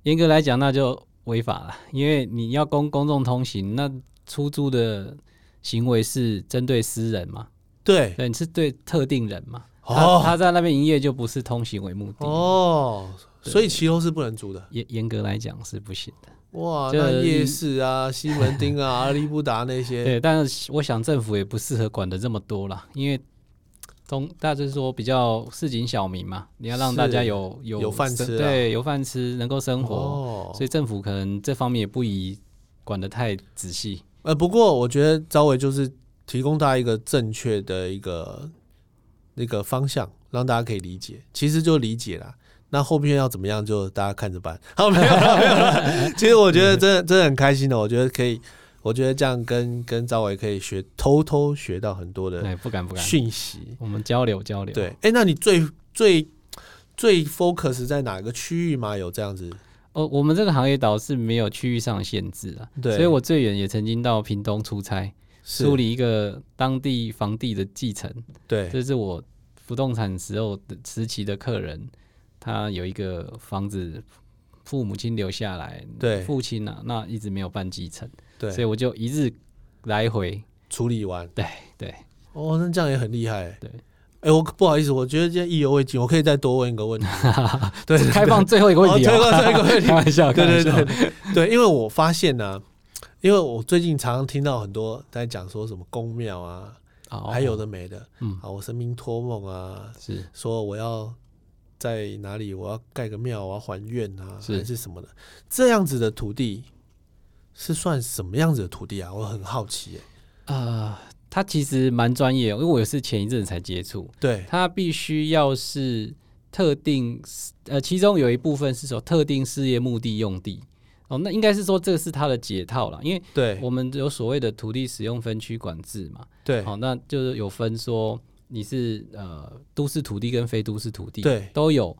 Speaker 2: 严格来讲，那就违法了，因为你要公公众通行，那出租的行为是针对私人嘛，
Speaker 1: 对，
Speaker 2: 对，你是对特定人嘛，他、
Speaker 1: 哦
Speaker 2: 他在那边营业就不是通行为目的，
Speaker 1: 哦，
Speaker 2: 对
Speaker 1: 所以骑楼是不能租的。
Speaker 2: 严严格来讲是不行的。
Speaker 1: 哇，
Speaker 2: 这
Speaker 1: 那夜市啊、西门町啊、阿利布达那些，哦
Speaker 2: 对，但是我想政府也不适合管的这么多啦，因为中大致说比较市井小民嘛，你要让
Speaker 1: 是
Speaker 2: 大家有有
Speaker 1: 有饭
Speaker 2: 生
Speaker 1: 吃啊
Speaker 2: 对，有饭吃，能够生活，
Speaker 1: 哦
Speaker 2: 所以政府可能这方面也不宜管得太仔细。
Speaker 1: 呃，不过我觉得招伟就是提供大家一个正确的一个那个方向，让大家可以理解，其实就理解啦。那后面要怎么样，就大家看着办。好，没有了，没有了。其实我觉得真的真的很开心的，哦我觉得可以，我觉得这样跟跟招伟可以学，偷偷学到很多的
Speaker 2: 哎，不敢不哦敢，
Speaker 1: 讯息。
Speaker 2: 我们交流交流。
Speaker 1: 对，哎、那你最最最 focus 在哪个区域吗？有这样子？
Speaker 2: 哦，我们这个行业岛是没有区域上的限制啊，
Speaker 1: 对，
Speaker 2: 所以我最远也曾经到屏东出差，
Speaker 1: 是
Speaker 2: 处理一个当地房地的继承，
Speaker 1: 对
Speaker 2: 这是我不动产时候的时期的客人，他有一个房子，父母亲留下来，
Speaker 1: 对
Speaker 2: 父亲啊，那一直没有办继承，所以
Speaker 1: 对，
Speaker 2: 我就一日来回，
Speaker 1: 处理完。
Speaker 2: 对 对，
Speaker 1: 哦，那这样也很厉害欸。
Speaker 2: 对
Speaker 1: 哎、我不好意思，我觉得今天意犹未尽，我可以再多问一个 问题。对，对
Speaker 2: 开放最后一个问题、
Speaker 1: 哦
Speaker 2: 哦，
Speaker 1: 最后最后一个问题
Speaker 2: 开玩笑，
Speaker 1: 对对
Speaker 2: 开玩
Speaker 1: 对
Speaker 2: 笑，
Speaker 1: 对对，因为我发现呢、因为我最近常常听到很多在讲说什么宫庙啊，
Speaker 2: 好，
Speaker 1: 还有的没的
Speaker 2: 嗯
Speaker 1: 啊，我神明托梦啊，
Speaker 2: 是
Speaker 1: 说我要在哪里，我要盖个庙，我要还愿啊，
Speaker 2: 是
Speaker 1: 还是什么的，这样子的土地是算什么样子的土地啊？我很好奇、欸。
Speaker 2: 啊。他其实蛮专业哦，因为我也是前一阵子才接触，
Speaker 1: 对，
Speaker 2: 它必须要是特定，呃，其中有一部分是说特定事业目的用地。哦，那应该是说这是它的解套了，因为
Speaker 1: 对，
Speaker 2: 我们有所谓的土地使用分区管制嘛。
Speaker 1: 对，
Speaker 2: 好、那就是有分说你是呃都市土地跟非都市土地，
Speaker 1: 对
Speaker 2: 都有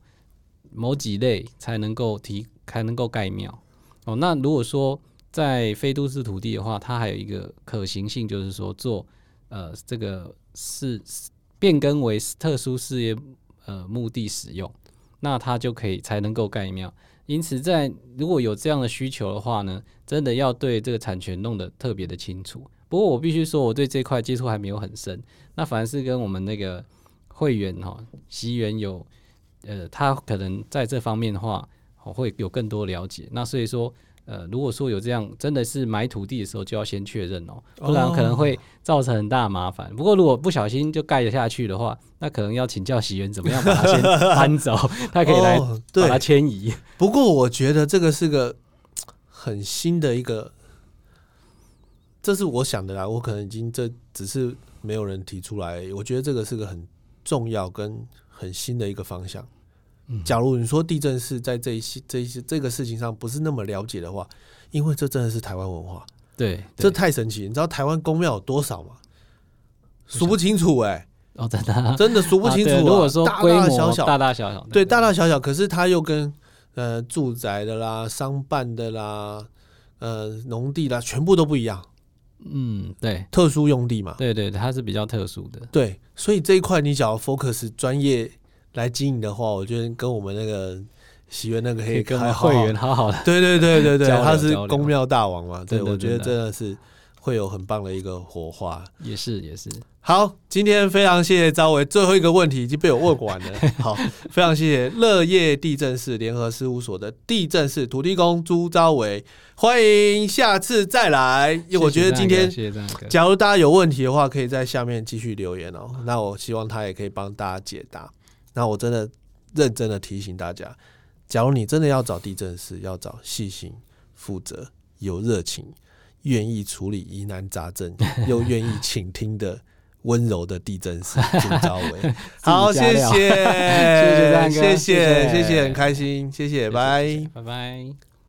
Speaker 2: 某几类才能够提才能够盖庙。哦，那如果说在非都市土地的话，它还有一个可行性，就是说做呃这个是变更为特殊事业呃目的使用，那它就可以才能够盖庙。因此在，如果有这样的需求的话呢，真的要对这个产权弄得特别的清楚。不过我必须说，我对这块接触还没有很深，那反而是跟我们那个会员哈、哦，席员有呃，他可能在这方面的话、哦、会有更多了解。那所以说。呃，如果说有这样，真的是买土地的时候就要先确认哦，不然可能会造成很大麻烦。不过如果不小心就盖了下去的话，那可能要请教喜源怎么样把它先搬走， 他可以来
Speaker 1: 哦
Speaker 2: 把
Speaker 1: 对
Speaker 2: 它迁移。
Speaker 1: 不过我觉得这个是个很新的一个，这是我想的啦，我可能已经这只是没有人提出来而已，我觉得这个是个很重要跟很新的一个方向。
Speaker 2: 嗯
Speaker 1: 假如你说地震是在这一些、这一些这个事情上不是那么了解的话，因为这真的是台湾文化，
Speaker 2: 对，
Speaker 1: 这
Speaker 2: 对
Speaker 1: 太神奇。你知道台湾宫庙有多少吗？
Speaker 2: 想
Speaker 1: 数不清楚哎、
Speaker 2: 哦，真的啊、
Speaker 1: 真的数不清楚、
Speaker 2: 啊
Speaker 1: 啊
Speaker 2: 对如果说
Speaker 1: 大
Speaker 2: 规
Speaker 1: 大
Speaker 2: 模
Speaker 1: 小小，
Speaker 2: 大大小小，
Speaker 1: 对，大大小小，可是它又跟呃住宅的啦、商办的啦、呃农地啦，全部都不一样，
Speaker 2: 嗯，对，
Speaker 1: 特殊用地嘛。
Speaker 2: 对对，它是比较特殊的。
Speaker 1: 对，所以这一块你想要 focus 专业来经营的话，我觉得跟我们那个喜悦那个
Speaker 2: 可
Speaker 1: 黑
Speaker 2: 以跟我们会员，好好的，
Speaker 1: 对对对对对，
Speaker 2: 交流
Speaker 1: 他是
Speaker 2: 交流
Speaker 1: 公庙大王嘛，对
Speaker 2: 真的
Speaker 1: 我觉得真
Speaker 2: 真
Speaker 1: 的是会有很棒的一个火花。
Speaker 2: 也是也是，
Speaker 1: 好，今天非常谢谢赵伟，最后一个问题已经被我问完了。 好，非常谢谢乐业地震室联合事务所的地震室土地公朱昭伟，欢迎下次再来。我觉得今天，
Speaker 2: 谢谢大哥，
Speaker 1: 假如大家有问题的话，可以在下面继续留言哦。那我希望他也可以帮大家解答。那我真的认真的提醒大家，假如你真的要找地震师，要找细心、负责、有热情、愿意处理疑难杂 症，又愿意倾听的温柔的地震 师朱朝伟。好，
Speaker 2: 自己加
Speaker 1: 谢
Speaker 2: 料
Speaker 1: 谢，谢
Speaker 2: 谢蛋哥
Speaker 1: 谢谢
Speaker 2: 谢谢
Speaker 1: 谢谢，很开心，谢谢，拜
Speaker 2: 谢谢拜拜。